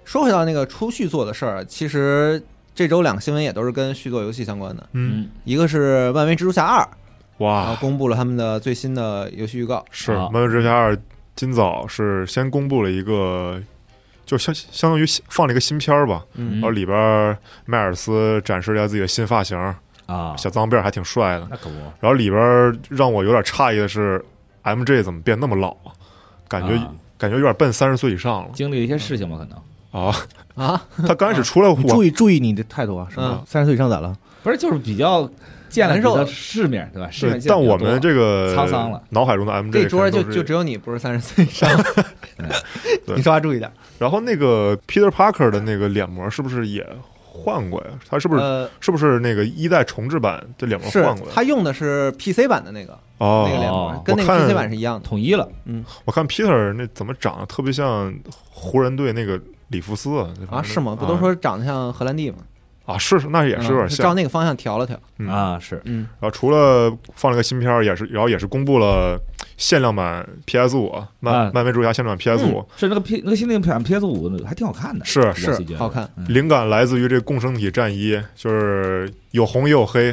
Speaker 1: 说回到那个出续作的事儿，其实这周两个新闻也都是跟续作游戏相关的，
Speaker 2: 嗯，
Speaker 3: 嗯，
Speaker 1: 一个是漫威蜘蛛侠二，然后
Speaker 2: 哇，
Speaker 1: 公布了他们的最新的游戏预告。
Speaker 2: 是
Speaker 3: 好
Speaker 2: 《漫游之侠二》今早是先公布了一个，就相相当于放了一个新片儿吧，
Speaker 1: 嗯
Speaker 2: 然后里边儿迈尔斯展示了一下自己的新发型，
Speaker 3: 啊，
Speaker 2: 小脏辫儿还挺帅的。
Speaker 3: 那可不，
Speaker 2: 然后里边儿让我有点诧异的是，MJ 怎么变那么老？感觉、
Speaker 3: 啊
Speaker 2: 感觉有点奔三十岁以上了
Speaker 3: 经历了一些事情吧，可能
Speaker 2: 啊！
Speaker 1: 啊，
Speaker 2: 他刚开始出来，
Speaker 4: 你
Speaker 2: 我
Speaker 4: 注意注意你的态度啊！是吧？三十岁以上咋了？
Speaker 3: 不是就是比较见了
Speaker 1: 难
Speaker 3: 比
Speaker 1: 受
Speaker 3: 较世面对吧？世面
Speaker 2: 对，
Speaker 3: 见得
Speaker 2: 但
Speaker 3: 比较
Speaker 2: 我
Speaker 1: 啊
Speaker 2: 们
Speaker 3: 多
Speaker 2: 这个
Speaker 3: 沧桑了
Speaker 2: 脑海中的 MJ
Speaker 1: 这桌
Speaker 2: 可
Speaker 1: 就
Speaker 2: 能都是哎
Speaker 1: 就只有你不是三十岁以 上，
Speaker 2: 对
Speaker 1: 你说话注意点。
Speaker 2: 然后那个 Peter Parker 的那个脸模是不是也换过呀？他是不是、
Speaker 1: 呃，
Speaker 2: 是不是那个一代重置版这脸模
Speaker 1: 是
Speaker 2: 换过呀？
Speaker 1: 他用的是 PC 版的那个那个
Speaker 2: 哦，
Speaker 1: 脸
Speaker 3: 哦
Speaker 1: 模，跟那
Speaker 2: 我
Speaker 1: 个
Speaker 2: 看
Speaker 1: PC 版是一样的。
Speaker 3: 统一了
Speaker 2: 我看 Peter 那怎么长得特别像湖人队那个里弗斯啊
Speaker 1: 啊，是吗？不都说长得像荷兰弟吗？
Speaker 2: 啊是是那也是有
Speaker 1: 嗯
Speaker 2: 点
Speaker 1: 照
Speaker 2: 像。
Speaker 1: 那个方向调了调。
Speaker 2: 嗯
Speaker 3: 啊，是
Speaker 1: 嗯，
Speaker 2: 然后除了放了个新片儿，也是然后也是公布了限量版 PS 五
Speaker 3: 啊
Speaker 2: 漫漫威蜘蛛侠限量版 PS
Speaker 1: 嗯
Speaker 2: 五，
Speaker 3: 是那个 P 那个新那版 PS 五还挺好看的，
Speaker 2: 是
Speaker 3: 我
Speaker 1: 是
Speaker 3: 觉得
Speaker 1: 好看，
Speaker 3: 嗯
Speaker 2: 灵感来自于这共生体战衣，就是有红也有黑。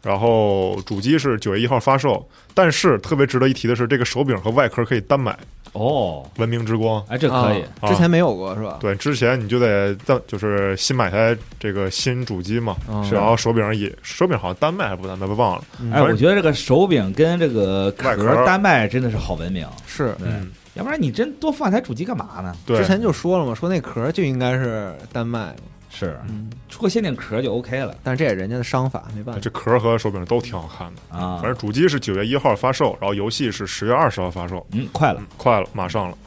Speaker 2: 然后主机是九月一号发售，但是特别值得一提的是，这个手柄和外壳可以单买。
Speaker 3: 哦，
Speaker 2: 文明之光，
Speaker 3: 哎，这可以
Speaker 1: 啊，之前没有过是吧？
Speaker 2: 对，之前你就得在就是新买台这个新主机嘛，
Speaker 1: 嗯
Speaker 2: 然后手柄上也手柄好像单卖还不单卖，忘了。
Speaker 1: 嗯
Speaker 3: 哎，我觉得这个手柄跟这个
Speaker 2: 外
Speaker 3: 壳嗯
Speaker 2: 壳
Speaker 3: 单卖真的是好文明，
Speaker 1: 是
Speaker 3: 对，要不然你真多放台主机干嘛呢？
Speaker 1: 嗯
Speaker 2: 对，
Speaker 1: 之前就说了嘛，说那壳就应该是单卖嘛，
Speaker 3: 是
Speaker 1: 嗯，
Speaker 3: 出个限定壳就 OK 了
Speaker 1: 但是这也人家的商法，没办法。
Speaker 2: 哎这壳和手柄都挺好看的。
Speaker 3: 啊
Speaker 2: 反，正主机是九月一号发售，然后游戏是十月二十号发售，
Speaker 3: 嗯，快了
Speaker 2: 嗯，快了，马上了。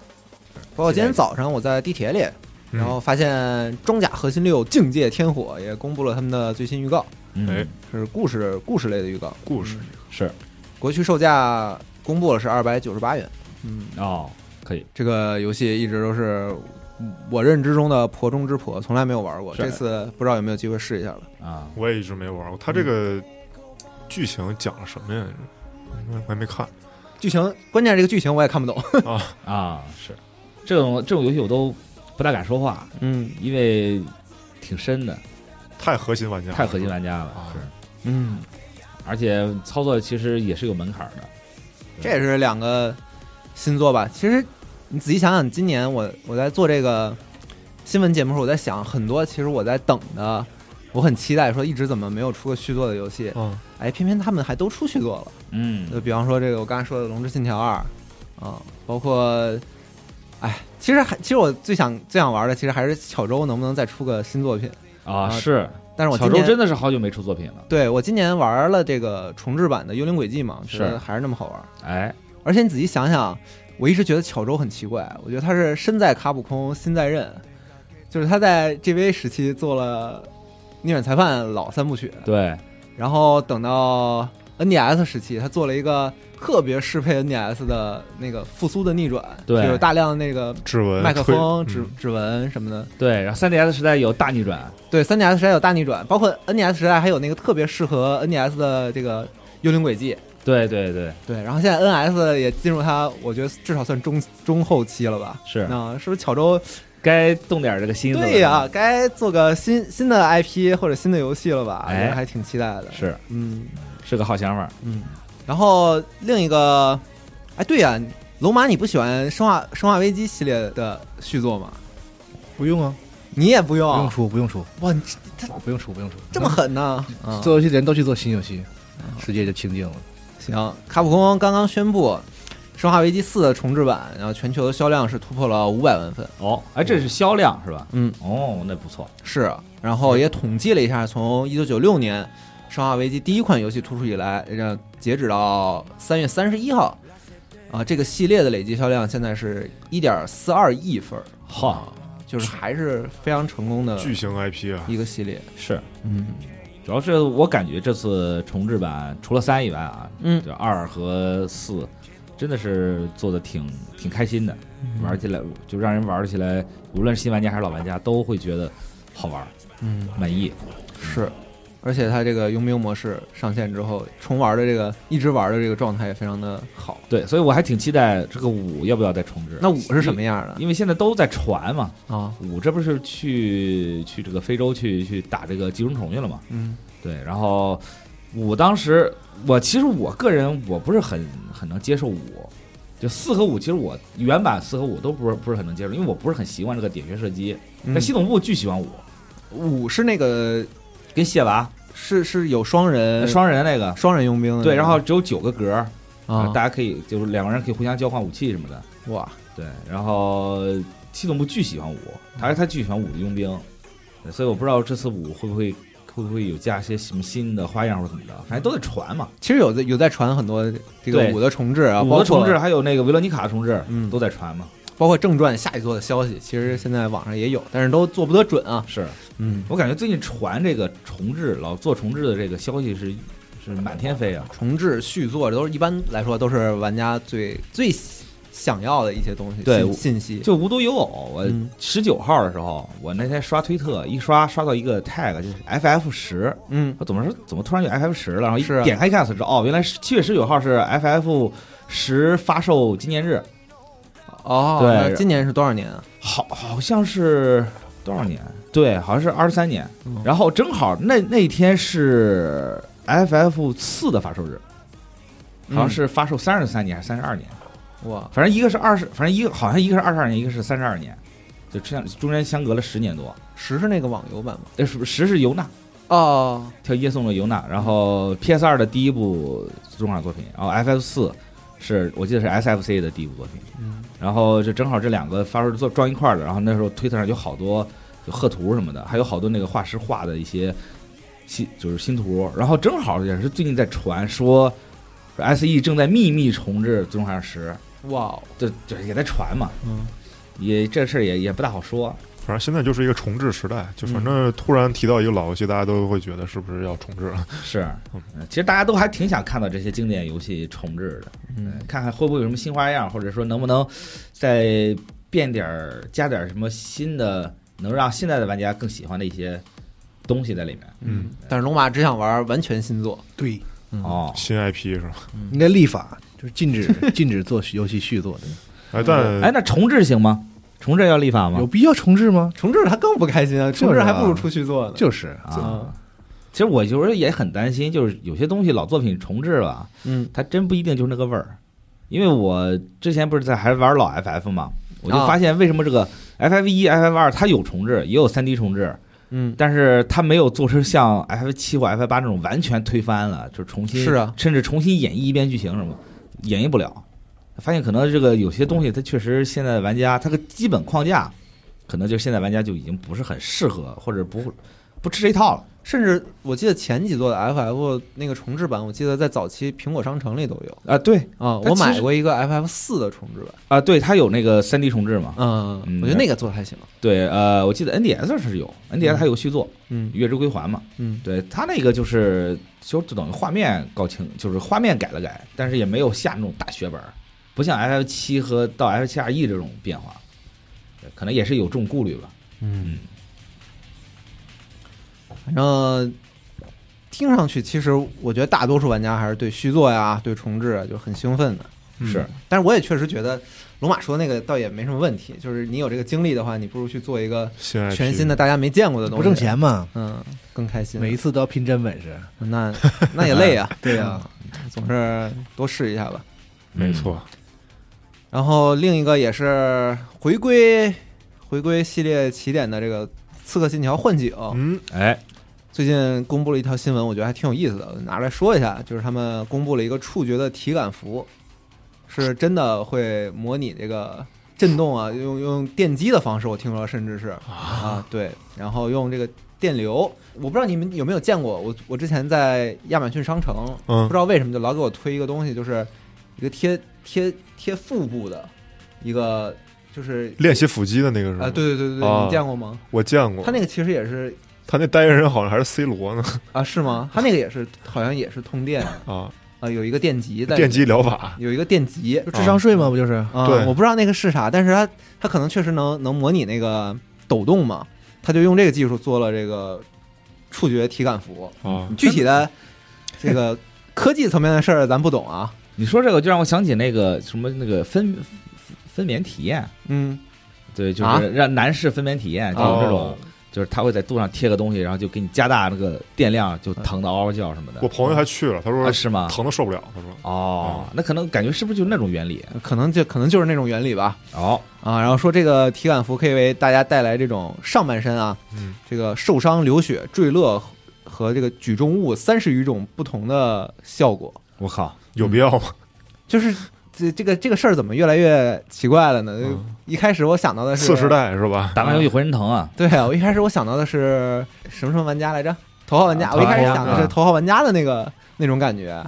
Speaker 1: 包括今天早上我在地铁里，
Speaker 2: 嗯
Speaker 1: 然后发现《装甲核心六：境界天火》也公布了他们的最新预告，
Speaker 3: 嗯
Speaker 2: 哎，
Speaker 1: 是故事故事类的预告。
Speaker 2: 故事
Speaker 1: 嗯
Speaker 3: 是
Speaker 1: 国区售价公布了是二百九十八元。嗯，
Speaker 3: 哦，可以，
Speaker 1: 这个游戏一直都是我认知中的婆中之婆，从来没有玩过。
Speaker 3: 是
Speaker 1: 这次不知道有没有机会试一下了。
Speaker 3: 啊，
Speaker 2: 我也一直没玩过。它这个剧情讲了什么呀？我还没看。
Speaker 1: 剧情关键这个剧情我也看不懂。
Speaker 3: 啊，是这种这种游戏我都不大敢说话，
Speaker 1: 嗯
Speaker 3: 因为挺深的，
Speaker 2: 太核心玩家，
Speaker 3: 太核心。玩家了
Speaker 2: 啊，
Speaker 3: 是，
Speaker 1: 嗯，
Speaker 3: 而且操作其实也是有门槛儿的，
Speaker 1: 这也是两个新作吧。其实你仔细想想，今年我我在做这个新闻节目的时候，我在想很多，其实我在等的。我很期待，说一直怎么没有出个续作的游戏？
Speaker 2: 嗯，
Speaker 1: 哎，偏偏他们还都出续作了。
Speaker 3: 嗯
Speaker 1: 就比方说这个我刚才说的《龙之信条二》，啊，包括，哎，其实还其实我最想最想玩的，其实还是巧周能不能再出个新作品。
Speaker 3: 啊
Speaker 1: 啊
Speaker 3: 是，
Speaker 1: 但是我
Speaker 3: 小
Speaker 1: 今
Speaker 3: 周真
Speaker 1: 年
Speaker 3: 的是好久没出作品了，
Speaker 1: 对我今年玩了这个重置版的《幽灵轨迹》嘛，觉
Speaker 3: 是
Speaker 1: 得还是那么好玩。
Speaker 3: 哎，
Speaker 1: 而且你仔细想想，我一直觉得巧周很奇怪，我觉得他是身在卡普空，心在任，就是他在 GV 时期做了《逆转裁判》老三部曲，
Speaker 3: 对，
Speaker 1: 然后等到 NDS 时期，他做了一个特别适配 NDS 的那个复苏的逆转，
Speaker 3: 对
Speaker 1: 就有大量的那个
Speaker 2: 指
Speaker 3: 呃
Speaker 2: 纹、
Speaker 1: 麦克
Speaker 2: 推
Speaker 1: 风、
Speaker 2: 嗯
Speaker 1: 指指纹什么的。
Speaker 3: 对，然后 3DS 时代有大逆转，
Speaker 1: 对，3DS 时代有大逆转，包括 NDS 时代还有那个特别适合 NDS 的这个幽灵轨迹。
Speaker 3: 对对对，
Speaker 1: 对，然后现在 NS 也进入它，我觉得至少算中中后期了吧。
Speaker 3: 是
Speaker 1: 那是不是巧周？
Speaker 3: 该动点这个心思了。
Speaker 1: 对呀、该做个新新的 IP 或者新的游戏了吧？
Speaker 3: 哎
Speaker 1: 我还挺期待的。
Speaker 3: 是
Speaker 1: 嗯
Speaker 3: 是个好想法。
Speaker 1: 嗯。然后另一个，哎，对呀、龙马，你不喜欢《生化生化危机》系列的续作吗？
Speaker 4: 不用啊，
Speaker 1: 你也不
Speaker 4: 不用
Speaker 1: 用，
Speaker 4: 出，不用出，
Speaker 1: 哇，你这
Speaker 4: 不用出，不用出，
Speaker 1: 这么狠呢？
Speaker 4: 那
Speaker 1: 啊
Speaker 4: 做游戏的人都去做新游戏，世界就清净了。
Speaker 1: 行，卡普空刚刚宣布《生化危机四》的重置版，然后全球销量是突破了五百万份。
Speaker 3: 哦，哎，这是销量是吧？
Speaker 1: 嗯，
Speaker 3: 哦，那不错。
Speaker 1: 是，然后也统计了一下，从一九九六年《生化危机》第一款游戏推出以来，呃，截止到三月三十一号，啊、这个系列的累计销量现在是一点四二亿份儿，
Speaker 3: 好，
Speaker 1: 就是还是非常成功的
Speaker 2: 巨型 IP 啊，
Speaker 1: 一个系列。
Speaker 3: 是，
Speaker 1: 嗯
Speaker 3: 主要是我感觉这次重置版除了三以外啊，
Speaker 1: 嗯，
Speaker 3: 就二和四，真的是做的挺挺开心的，
Speaker 1: 嗯
Speaker 3: 玩起来就让人玩起来，无论是新玩家还是老玩家都会觉得好玩，
Speaker 1: 嗯
Speaker 3: 满意。
Speaker 1: 是，而且它这个佣兵模式上线之后，重玩的这个一直玩的这个状态也非常的好。
Speaker 3: 对，所以我还挺期待这个五要不要再重置。
Speaker 1: 那五是什么样的
Speaker 3: 因为现在都在传嘛，
Speaker 1: 啊？
Speaker 3: 五这不是去去这个非洲去去打这个寄生虫去了嘛？
Speaker 1: 嗯
Speaker 3: 对，然后五当时我其实我个人我不是很很能接受五，就四和五其实我原版四和五都不是不是很能接受，因为我不是很习惯这个点穴射击。但系统部巨喜欢五，
Speaker 1: 五是那个
Speaker 3: 跟蟹娃嗯
Speaker 1: 是是有双人
Speaker 3: 呃双人那个，
Speaker 1: 双人佣兵的那个，
Speaker 3: 对，然后只有九个格儿，
Speaker 1: 啊，
Speaker 3: 大家可以就是两个人可以互相交换武器什么的。
Speaker 1: 哇，
Speaker 3: 对，然后系统部巨喜欢五，他他巨喜欢五的佣兵，对所以我不知道这次五会不会会不会有加些什么新的花样或者怎么着，反正都在传嘛。
Speaker 1: 其实有的有在传很多这个
Speaker 3: 对
Speaker 1: 五的重置啊，
Speaker 3: 五
Speaker 1: 包
Speaker 3: 的重
Speaker 1: 括
Speaker 3: 置还有那个维罗妮卡的重置，
Speaker 1: 嗯
Speaker 3: 都在传嘛。
Speaker 1: 包括正传下一座的消息，其实现在网上也有，但是都做不得准啊。
Speaker 3: 是
Speaker 1: 嗯，
Speaker 3: 我感觉最近传这个重置老做重置的这个消息是是满天飞啊。
Speaker 1: 重置续作这都是一般来说都是玩家最最想要的一些东西，
Speaker 3: 对
Speaker 1: 信
Speaker 3: 我
Speaker 1: 信息。
Speaker 3: 就无独有偶，我
Speaker 1: 嗯
Speaker 3: 十九号的时候，我那天刷推特，一刷刷到一个 tag 就是 FF 十，
Speaker 1: 嗯
Speaker 3: 我怎么说怎么突然就 FF 十了？然后一
Speaker 1: 是啊
Speaker 3: 点开一看才知道，哦，原来是七月十九号是 FF 十发售纪念日，
Speaker 1: 哦，
Speaker 3: 对
Speaker 1: 那今年是多少年啊？
Speaker 3: 好好像是多少年？对，好像是二十三年。
Speaker 1: 嗯
Speaker 3: 然后正好那那天是 FF 四的发售日，好像是发售三十三年还是三十二年，
Speaker 1: 哇，
Speaker 3: 反正一个是二十，反正一个好像一个是二十二年，一个是三十二年，就这样中间相隔了十年多。
Speaker 1: 十是那个网游版吗？
Speaker 3: 呃，是不是十是尤娜，
Speaker 1: 哦，
Speaker 3: 跳夜送了尤娜，然后 PS 二的第一部中场作品，然后 FF 四是我记得是 SFC 的第一部作品，
Speaker 1: 嗯
Speaker 3: 然后这正好这两个发售做装一块儿的，然后那时候推特上有好多就贺图什么的，还有好多那个画师画的一些新就是新图，然后正好也是最近在传说说 SE 正在秘密重置《最终幻想十》，
Speaker 1: 哇哦，
Speaker 3: 就就也在传嘛，
Speaker 1: 嗯，
Speaker 3: 也这事儿也也不大好说，
Speaker 2: 反正现在就是一个重置时代，就
Speaker 1: 嗯
Speaker 2: 反正突然提到一个老游戏，大家都会觉得是不是要重置了？
Speaker 3: 是，嗯其实大家都还挺想看到这些经典游戏重置的，嗯，看看会不会有什么新花样，或者说能不能再变点儿、加点儿什么新的，能让现在的玩家更喜欢的一些东西在里面。
Speaker 2: 嗯，
Speaker 1: 但是龙马只想玩完全新作，
Speaker 4: 对，
Speaker 1: 嗯
Speaker 3: 哦，
Speaker 2: 新 IP 是吧？
Speaker 4: 应该立法就是禁止禁止做游戏续作的，
Speaker 2: 哎，但
Speaker 3: 哎，那重置行吗？重置要立法
Speaker 4: 有
Speaker 3: 吗？
Speaker 4: 必要重置吗？
Speaker 1: 重置他更不开心啊， 重
Speaker 4: 就
Speaker 1: 置
Speaker 4: 是啊
Speaker 1: 还不如出续作呢。
Speaker 4: 就是
Speaker 3: 啊，其实我有时候也很担心，就是有些东西老作品重置了，
Speaker 1: 嗯
Speaker 3: 它真不一定就是那个味儿，因为我之前不是在还玩老 FF 嘛，我就
Speaker 1: 啊
Speaker 3: 发现为什么这个 FF 一、FF 二它有重置，也有 3D 重置，
Speaker 1: 嗯，
Speaker 3: 但是它没有做出像 FF 七或 FF 八这种完全推翻了，就重新
Speaker 1: 是啊
Speaker 3: 甚至重新演绎一遍剧情什么，演绎不了。发现可能这个有些东西，它确实现在玩家它个基本框架，可能就现在玩家就已经不是很适合，或者不不吃这一套了。
Speaker 1: 甚至我记得前几座的 FF 那个重置版，我记得在早期苹果商城里都有
Speaker 3: 啊，对
Speaker 1: 啊。我
Speaker 3: 它其实
Speaker 1: 买过一个 FF 四的重置版，
Speaker 3: 啊，对，它有那个三 D 重置嘛？
Speaker 1: 嗯，
Speaker 3: 嗯
Speaker 1: 我觉得那个做的还行。
Speaker 3: 对，呃，我记得 NDS 是有，NDS 还有续作《
Speaker 1: 嗯
Speaker 3: 月之归还》嘛，
Speaker 1: 嗯
Speaker 3: 对，它那个就是就就等于画面搞清，就是画面改了改，但是也没有下那种大血本儿，不像 F 七和到 F 七 RE 这种变化，对可能也是有这种顾虑吧。
Speaker 2: 嗯，
Speaker 1: 反正听上去，其实我觉得大多数玩家还是对续作呀、对重置啊就很兴奋的。
Speaker 3: 是
Speaker 1: 但是我也确实觉得龙马说那个倒也没什么问题，就是你有这个精力的话，你不如去做一个
Speaker 2: 新 IP
Speaker 1: 全新的大家没见过的东
Speaker 4: 不
Speaker 1: 西，
Speaker 4: 挣，钱嘛，
Speaker 1: 嗯，更开心。
Speaker 4: 每一次都要拼真本事。
Speaker 1: 那那也累啊，
Speaker 4: 对
Speaker 1: 啊
Speaker 4: 啊，
Speaker 1: 总是多试一下吧。
Speaker 2: 没错，
Speaker 1: 然后另一个也是回归回归系列起点的这个《刺客信条：幻景》，
Speaker 2: 嗯，
Speaker 3: 哎，
Speaker 1: 最近公布了一条新闻，我觉得还挺有意思的，拿出来说一下。就是他们公布了一个触觉的体感服，是真的会模拟这个震动啊，用用电击的方式，我听说甚至是啊，对，然后用这个电流，我不知道你们有没有见过，我我之前在亚马逊商城，
Speaker 2: 嗯
Speaker 1: 不知道为什么就老给我推一个东西，就是一个贴贴贴腹部的一个，就是
Speaker 2: 练习腹肌的那个是
Speaker 1: 啊、
Speaker 2: 吗？
Speaker 1: 对对对对对，
Speaker 2: 啊
Speaker 1: 你见过吗？
Speaker 2: 我见过
Speaker 1: 它，那个其实也是
Speaker 2: 他那代言人好像还是 C 罗呢
Speaker 1: 啊，是吗？它那个也是，好像也是通电啊、
Speaker 2: 啊，
Speaker 1: 有一个电极在，
Speaker 2: 电击疗法，
Speaker 1: 有一个电极
Speaker 4: 就智商税嘛，不就是？
Speaker 1: 啊、
Speaker 2: 对
Speaker 1: 我不知道那个是啥，但是它它可能确实能能模拟那个抖动嘛，它就用这个技术做了这个触觉体感服。
Speaker 2: 啊，
Speaker 1: 具体的这个科技层面的事儿咱不懂啊，
Speaker 3: 你说这个就让我想起那个什么那个分分娩体验，
Speaker 1: 嗯
Speaker 3: 对，就
Speaker 1: 啊
Speaker 3: 是让男士分娩体验，就有这种，就是他会在肚上贴个东西，然后就给你加大那个电量，就疼的嗷嗷叫什么的。
Speaker 2: 我朋友还去了，他说
Speaker 3: 啊，是吗？
Speaker 2: 疼的受不了，他说
Speaker 3: 哦，那可能感觉是不是就是那种原理？
Speaker 1: 可能就可能就是那种原理吧。
Speaker 3: 哦，
Speaker 1: 啊，然后说这个体感服可以为大家带来这种上半身啊，
Speaker 2: 嗯，
Speaker 1: 这个受伤、流血、坠落和和这个举重物三十余种不同的效果。
Speaker 3: 我靠，
Speaker 2: 有必要吗？
Speaker 1: 就是这这个这个事儿怎么越来越奇怪了呢？
Speaker 3: 嗯
Speaker 1: 一开始我想到的是
Speaker 2: 次时，代是吧？
Speaker 3: 打完游戏浑身疼啊！
Speaker 1: 对啊，我一开始我想到的是什么什么玩家来着？头号玩家，
Speaker 3: 啊
Speaker 1: 我一开始
Speaker 3: 头号玩家
Speaker 1: 想的是头号玩家的那个那种感觉，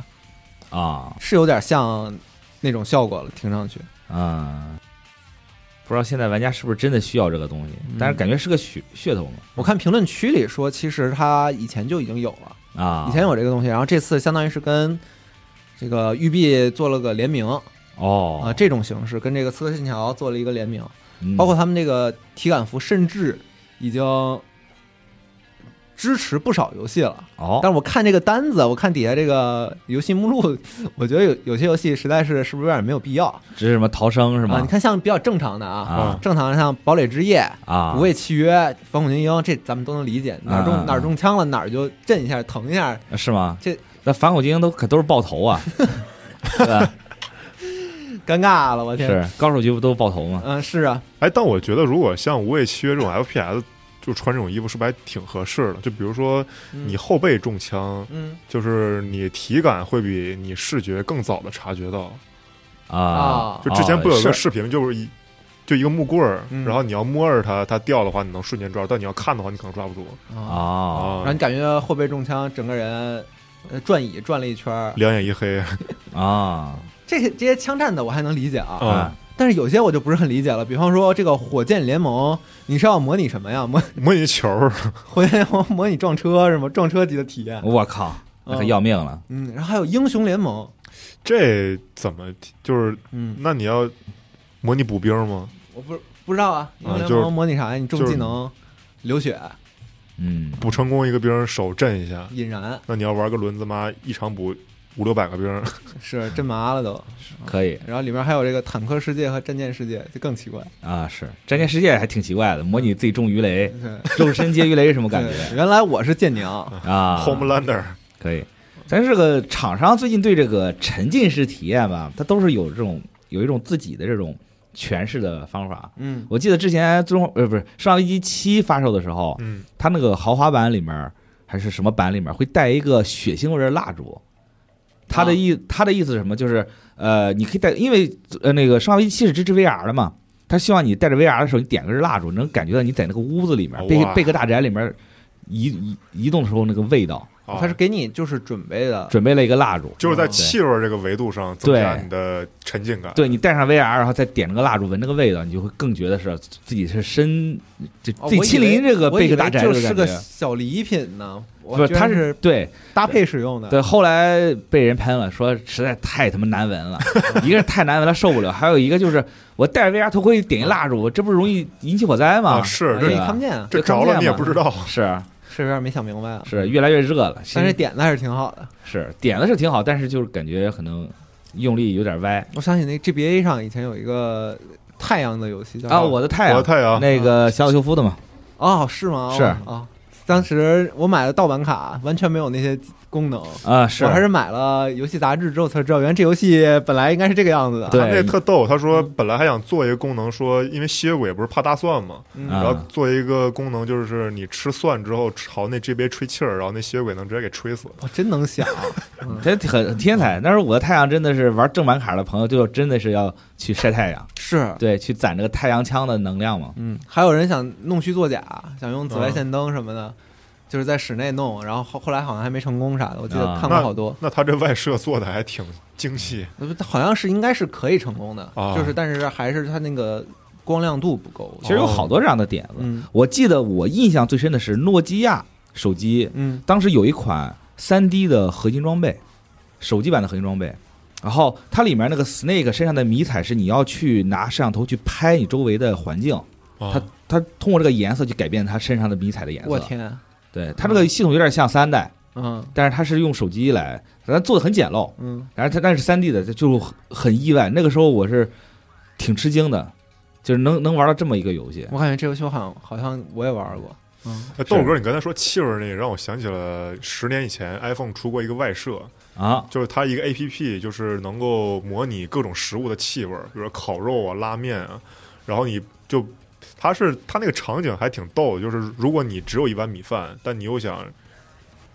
Speaker 3: 啊
Speaker 1: 是有点像那种效果了，听上去。
Speaker 3: 嗯，不知道现在玩家是不是真的需要这个东西，
Speaker 1: 嗯
Speaker 3: 但是感觉是个噱噱头嘛
Speaker 1: 我看评论区里说，其实他以前就已经有了，
Speaker 3: 啊，
Speaker 1: 以前有这个东西，然后这次相当于是跟这个育碧做了个联名啊、
Speaker 3: 哦
Speaker 1: 这种形式跟这个《刺客信条》做了一个联名，
Speaker 3: 嗯
Speaker 1: 包括他们这个体感服，甚至已经支持不少游戏了。
Speaker 3: 哦，
Speaker 1: 但是我看这个单子，我看底下这个游戏目录， 我觉得有有些游戏实在是是不是有点没有必要，
Speaker 3: 这是什么逃生是
Speaker 1: 是
Speaker 3: 吗？
Speaker 1: 啊你看像比较正常的啊，
Speaker 3: 啊
Speaker 1: 正常的像《堡垒之夜》
Speaker 3: 啊，
Speaker 1: 无畏契约》《反恐精英》，这咱们都能理解，哪儿中、
Speaker 3: 啊啊啊
Speaker 1: 哪儿中枪了，哪儿就震一下、疼一下。
Speaker 3: 是吗？
Speaker 1: 这
Speaker 3: 那反恐精英都可都是爆 头啊，对吧？
Speaker 1: 尴尬了，我天！
Speaker 3: 是高手局不都是爆头吗？
Speaker 1: 嗯，是啊，
Speaker 2: 哎，但我觉得如果像《无畏契约》这种 FPS，就穿这种衣服是不是还挺合适的？就比如说
Speaker 1: 嗯
Speaker 2: 你后背中枪，
Speaker 1: 嗯
Speaker 2: 就是你体感会比你视觉更早的察觉到。
Speaker 3: 啊，
Speaker 2: 就之前不有一
Speaker 3: 哦
Speaker 2: 个
Speaker 3: 是
Speaker 2: 视频，就是一。就一个木棍儿，
Speaker 1: 嗯
Speaker 2: 然后你要摸着它，它掉的话，你能瞬间抓住；但你要看的话，你可能抓不住。
Speaker 1: 啊，
Speaker 3: 哦
Speaker 1: 然
Speaker 2: 啊
Speaker 1: 后你感觉后背中枪，整个人呃转椅转了一圈儿。
Speaker 2: 两眼一黑
Speaker 3: 啊
Speaker 1: 这些这些枪战的我还能理解啊，
Speaker 3: 嗯
Speaker 2: 啊！
Speaker 1: 但是有些我就不是很理解了。比方说这个火箭联盟，你是要模拟什么呀？模
Speaker 2: 模拟球儿，
Speaker 1: 火箭联盟模拟撞车是吗？撞车级的体验。
Speaker 3: 我靠，那可要命了！
Speaker 1: 嗯，然后还有英雄联盟，
Speaker 2: 这怎么就是？
Speaker 1: 嗯，
Speaker 2: 那你要模拟补兵吗？
Speaker 1: 我不不知道啊，英雄联
Speaker 2: 就是
Speaker 1: 盟模拟啥呀？你重技能、流血、
Speaker 3: 嗯，
Speaker 2: 补成功一个兵，手震一下。
Speaker 1: 引燃，
Speaker 2: 那你要玩个轮子妈，一场补五六百个兵儿，
Speaker 1: 是真麻了都。
Speaker 3: 可以
Speaker 1: 然后里面还有这个坦克世界和战舰世界，就更奇怪。
Speaker 3: 啊，是战舰世界还挺奇怪的，模拟自己中 鱼雷，
Speaker 1: 对，
Speaker 3: 肉身接鱼雷什么感觉
Speaker 1: 对原来我是舰娘，
Speaker 3: 啊
Speaker 2: Homelander，
Speaker 3: 可以，但是这个厂商最近对这个沉浸式体验吧，它都是有这种有一种自己的这种诠释的方法。
Speaker 1: 嗯
Speaker 3: 我记得之前《最终呃不是《生化危机七》发售的时候，
Speaker 2: 嗯，
Speaker 3: 它那个豪华版里面还是什么版里面会带一个血腥味儿的蜡烛。它
Speaker 1: 啊
Speaker 3: 的意它的意思是什么？就是呃，你可以带，因为呃那个《生化危机七》是支持 VR 的嘛，他希望你带着 VR 的时候，你点个蜡烛，能感觉到你在那个屋子里面，
Speaker 2: 哇
Speaker 3: 贝贝克大宅里面移移移动的时候那个味道，
Speaker 2: 啊
Speaker 1: 它是给你就是准备的，
Speaker 3: 准备了一个蜡烛，
Speaker 2: 就是在
Speaker 1: 哦
Speaker 2: 气味这个维度上增加
Speaker 3: 对
Speaker 2: 你的沉浸感。
Speaker 3: 嗯对你戴上 VR，然后再点那个蜡烛，闻那个味道，你就会更觉得是自己是身就
Speaker 1: 哦
Speaker 3: 自己
Speaker 1: 我以
Speaker 3: 亲临
Speaker 1: 为
Speaker 3: 这个
Speaker 1: 我
Speaker 3: 贝
Speaker 1: 以
Speaker 3: 克
Speaker 1: 为
Speaker 3: 大宅
Speaker 1: 就
Speaker 3: 这
Speaker 1: 是
Speaker 3: 个
Speaker 1: 个
Speaker 3: 感觉。
Speaker 1: 小礼品呢，我
Speaker 3: 不是，
Speaker 1: 居然
Speaker 3: 它
Speaker 1: 是
Speaker 3: 对
Speaker 1: 搭配使用的。
Speaker 3: 对，后来被人喷了，说实在太他妈难闻了，一个是太难闻了受不了，还有一个就是我戴着 VR 头盔点一蜡烛，这不是容易引起火灾吗？
Speaker 2: 啊，是
Speaker 1: 啊，
Speaker 3: 对
Speaker 1: 你
Speaker 2: 这
Speaker 3: 吧
Speaker 1: 看不见啊，
Speaker 2: 这
Speaker 3: 就看
Speaker 2: 着
Speaker 3: 不
Speaker 2: 了
Speaker 3: 见
Speaker 2: 你也
Speaker 3: 嘛
Speaker 2: 不知道，
Speaker 3: 是
Speaker 1: 是有点没想明白啊。
Speaker 3: 是越来越热了，
Speaker 1: 但是
Speaker 3: 其实
Speaker 1: 点的还是挺好的，
Speaker 3: 是点的是挺好，但是就是感觉可能用力有点歪
Speaker 1: 我想起那 GBA 上以前有一个太阳的游戏叫
Speaker 3: 啊！我的太
Speaker 2: 我的
Speaker 3: 阳，
Speaker 2: 太阳，
Speaker 3: 那个小岛秀夫的嘛，
Speaker 1: 哦，是吗？
Speaker 3: 是
Speaker 1: 啊，当时我买的盗版卡，完全没有那些功能。
Speaker 3: 啊是
Speaker 1: 我还是买了游戏杂志之后才知道，原来这游戏本来应该是这个样子的。
Speaker 3: 对
Speaker 2: 他那特逗，他说本来还想做一个功能，说因为吸血鬼不是怕大蒜嘛，
Speaker 1: 嗯
Speaker 3: 啊
Speaker 2: 然后做一个功能，就是你吃蒜之后朝那这边吹气儿，然后那吸血鬼能直接给吹死。
Speaker 1: 我真能 想，
Speaker 3: 真很很天才。但是我的太阳真的是玩正版卡的朋友，就真的是要去晒太阳，
Speaker 1: 是，
Speaker 3: 对，去攒这个太阳枪的能量嘛。
Speaker 1: 嗯，还有人想弄虚作假，想用紫
Speaker 3: 嗯
Speaker 1: 外线灯什么的，就是在室内弄，然后后后来好像还没成功啥的，我记得
Speaker 3: 啊
Speaker 1: 看过好多，
Speaker 2: 那他这外设做的还挺精细
Speaker 1: 呃好像是应该是可以成功的，
Speaker 2: 啊
Speaker 1: 就是但是还是它那个光亮度不够。
Speaker 3: 其实有好多这样的点子。
Speaker 1: 嗯
Speaker 3: 我记得我印象最深的是诺基亚手机，
Speaker 1: 嗯，
Speaker 3: 当时有一款3 D 的合金装备，手机版的合金装备。然后它里面那个 Snake 身上的迷彩是你要去拿摄像头去拍你周围的环境，
Speaker 2: 啊
Speaker 3: 它它通过这个颜色去改变它身上的迷彩的颜色。
Speaker 1: 我！天，啊
Speaker 3: 对，它这个系统有点像三代，
Speaker 1: 嗯
Speaker 3: 但是它是用手机来，咱做的很简陋。
Speaker 1: 嗯，
Speaker 3: 然后它但是3 D 的就很很意外，那个时候我是挺吃惊的，就是能能玩到这么一个游戏。
Speaker 1: 我感觉这游戏我好像好像我也玩过，嗯，
Speaker 2: 哎豆哥，你刚才说气味儿那个，让我想起了十年以前 iPhone 出过一个外设，
Speaker 3: 啊，
Speaker 2: 就是它一个 A P P，就是能够模拟各种食物的气味儿，比如说烤肉啊、拉面啊，然后你就。它是它那个场景还挺逗的，就是如果你只有一碗米饭，但你又想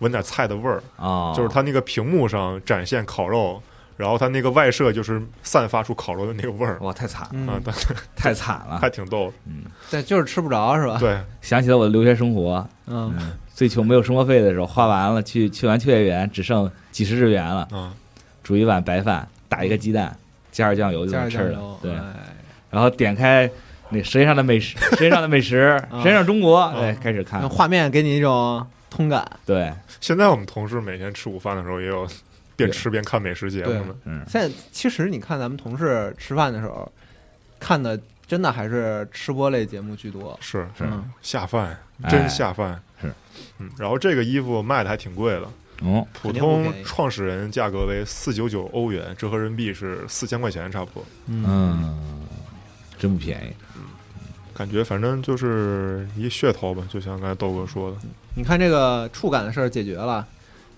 Speaker 2: 闻点菜的味儿，
Speaker 3: 啊，
Speaker 2: 就是它那个屏幕上展现烤肉，然后它那个外设就是散发出烤肉的那个味儿
Speaker 3: 哇，太惨
Speaker 2: 啊
Speaker 3: 了，
Speaker 1: 嗯，，
Speaker 2: 但
Speaker 3: 太惨了
Speaker 2: 还。挺逗。
Speaker 3: 嗯，
Speaker 1: 对，就是吃不着是吧？
Speaker 2: 对，
Speaker 3: 想起了我的留学生活，
Speaker 1: 嗯，
Speaker 3: 嗯，最穷没有生活费的时候，花完了去去完秋叶原，只剩几十日元了，
Speaker 2: 啊，
Speaker 3: 煮一碗白饭，打一个鸡蛋，加嗯点酱油就
Speaker 1: 加
Speaker 3: 能
Speaker 1: 点
Speaker 3: 吃
Speaker 1: 酱
Speaker 3: 了
Speaker 1: 油，，
Speaker 3: 对，
Speaker 1: 哎
Speaker 3: 然后点开那《舌尖上的美食》《舌尖上的美食》
Speaker 1: 啊
Speaker 3: 《舌尖上中国》，对，开始
Speaker 1: 那
Speaker 3: 看，
Speaker 1: 画面给你一种通感。
Speaker 3: 对，
Speaker 2: 现在我们同事每天吃午饭的时候也有边吃边看美食节目
Speaker 1: 对
Speaker 2: 呢。
Speaker 3: 嗯，
Speaker 1: 现在其实你看咱们同事吃饭的时候，看的真的还是吃播类节目居多。
Speaker 2: 是
Speaker 3: 是
Speaker 1: 嗯
Speaker 2: 下饭，
Speaker 3: 哎
Speaker 2: 真下饭。
Speaker 3: 是，
Speaker 2: 嗯，然后这个衣服卖的还挺贵的，
Speaker 3: 嗯，
Speaker 1: 肯
Speaker 2: 普
Speaker 1: 定不
Speaker 2: 通
Speaker 1: 便宜
Speaker 2: 创始人价格为四九九欧元，折合人民币是四千块钱差不多。
Speaker 3: 嗯，真不便宜，
Speaker 2: 感觉反正就是一噱头吧，就像刚才豆哥说的，
Speaker 1: 你看这个触感的事儿解决了，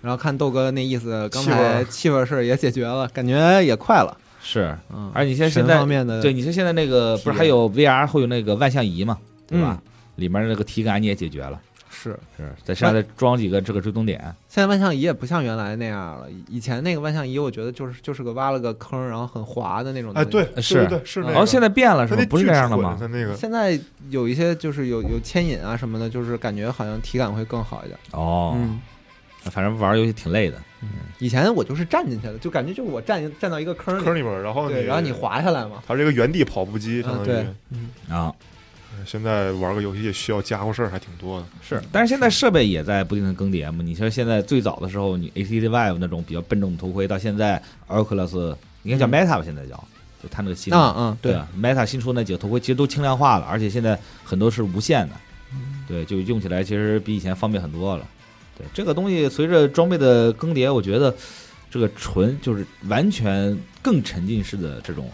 Speaker 1: 然后看豆哥那意思，刚
Speaker 2: 气味
Speaker 1: 才
Speaker 2: 儿
Speaker 1: 气味儿事儿也解决了，感觉也快了。
Speaker 3: 是。
Speaker 1: 嗯，
Speaker 3: 而你像现
Speaker 1: 神
Speaker 3: 在
Speaker 1: 方，面的
Speaker 3: 对，你像现在那个不是还有 VR 会有那个万向仪嘛，对吧？
Speaker 1: 嗯
Speaker 3: 里面那个体感你也解决了。
Speaker 1: 是。
Speaker 3: 是在上面再装几个这个追踪点，
Speaker 1: 现在万象仪也不像原来那样了，以以前那个万象仪，我觉得就是就是个挖了个坑，然后很滑的那种。
Speaker 2: 哎，对，，对对
Speaker 3: 是
Speaker 2: 对，是那
Speaker 1: 对
Speaker 3: 然后
Speaker 2: 个。
Speaker 3: 哦现在变了是
Speaker 2: 它
Speaker 3: 吗
Speaker 2: 那？
Speaker 3: 不是
Speaker 2: 巨
Speaker 3: 这样的
Speaker 2: 蠢
Speaker 3: 吗？
Speaker 2: 它那个
Speaker 1: 现在有一些就是有有牵引啊什么的，就是感觉好像体感会更好一点。
Speaker 3: 哦，
Speaker 1: 嗯，
Speaker 3: 反正玩游戏挺累的，
Speaker 1: 以前我就是站进去的，就感觉就是我站站到一个坑里，
Speaker 2: 坑里边儿，然后
Speaker 1: 对，然后你滑下来嘛。
Speaker 2: 它是一个原地跑步机，相
Speaker 1: 嗯，
Speaker 2: 当于、
Speaker 1: 对，嗯，
Speaker 3: 啊，
Speaker 2: 现在玩个游戏需要家伙事儿还挺多的。
Speaker 3: 是，但是现在设备也在不停的更迭嘛。你像现在最早的时候，你 HTC Vive 那种比较笨重的头盔，到现在 Oculus 应该叫
Speaker 1: 嗯
Speaker 3: Meta 吧，现在叫，就它那个系
Speaker 1: 啊
Speaker 3: 统，
Speaker 1: 啊，
Speaker 3: 对
Speaker 1: 对，
Speaker 3: 吧，Meta 新出那几个头盔其实都轻量化了，而且现在很多是无线的，
Speaker 1: 嗯
Speaker 3: 对，就用起来其实比以前方便很多了。对，这个东西随着装备的更迭，我觉得这个纯就是完全更沉浸式的这种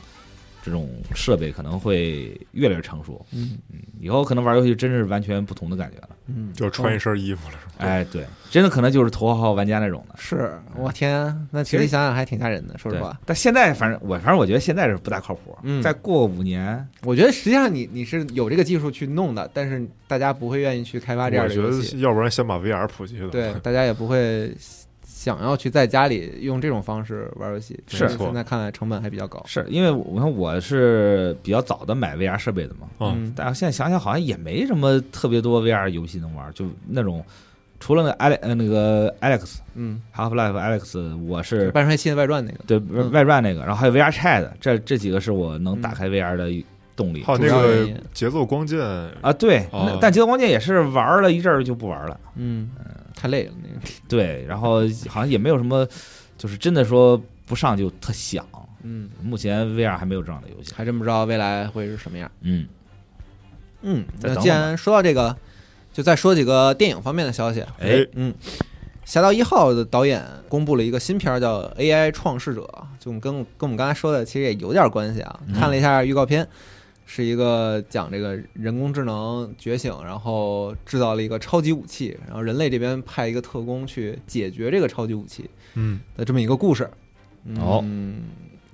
Speaker 3: 这种设备可能会越来越成熟，
Speaker 1: 嗯
Speaker 3: 以后可能玩游戏真是完全不同的感觉了。
Speaker 1: 嗯，
Speaker 2: 就是穿一身衣服了，
Speaker 1: 哦
Speaker 2: 是吧？
Speaker 3: 哎，对，真的可能就是头号玩家那种的。
Speaker 1: 是我天，那其实想想还挺吓人的，说实
Speaker 3: 对
Speaker 1: 话。，
Speaker 3: 但现在反正我反正我觉得现在是不大靠谱。
Speaker 1: 嗯
Speaker 3: 再过五年，
Speaker 1: 我觉得实际上你你是有这个技术去弄的，但是大家不会愿意去开发这样
Speaker 2: 我
Speaker 1: 的
Speaker 2: 觉
Speaker 1: 游
Speaker 2: 得
Speaker 1: 戏，
Speaker 2: 要不然先把 VR 普及了。
Speaker 1: 对，大家也不会想要去在家里用这种方式玩游戏。
Speaker 3: 是
Speaker 1: 就是现在看来成本还比较高。
Speaker 3: 是因为我看我是比较早的买 VR 设备的嘛，
Speaker 2: 嗯
Speaker 1: 嗯，
Speaker 3: 但现在想想好像也没什么特别多 VR 游戏能玩，就那种除了那 Alex 呃那个 Alex
Speaker 1: 嗯，
Speaker 3: Half Life Alex，我是
Speaker 1: 半衰期的外传那个，
Speaker 3: 对外
Speaker 1: 嗯
Speaker 3: 外传那个，然后还有 VR Chat，这这几个是我能打开 VR 的动力
Speaker 2: 还有那
Speaker 1: 主要
Speaker 2: 个
Speaker 1: 原因
Speaker 2: 节奏光剑，
Speaker 3: 啊。对，那
Speaker 2: 哦
Speaker 3: 但节奏光剑也是玩了一阵儿就不玩了。
Speaker 1: 嗯，太累了那个，
Speaker 3: 嗯对，然后好像也没有什么，就是真的说不上就特想。
Speaker 1: 嗯，
Speaker 3: 目前 VR 还没有这样的游戏。
Speaker 1: 还真不知道未来会是什么样。
Speaker 3: 嗯，
Speaker 1: 嗯，
Speaker 3: 再
Speaker 1: 那
Speaker 3: 等
Speaker 1: 既
Speaker 3: 会儿
Speaker 1: 然说到这个，就再说几个电影方面的消息。
Speaker 3: 哎，
Speaker 1: 嗯，《侠盗一号》的导演公布了一个新片儿，叫《AI 创世者》，就我们跟跟我们刚才说的其实也有点关系啊。看了一下预告片，是一个讲这个人工智能觉醒，然后制造了一个超级武器，然后人类这边派一个特工去解决这个超级武器
Speaker 2: 嗯，
Speaker 1: 的这么一个故事。
Speaker 3: 哦
Speaker 1: 嗯，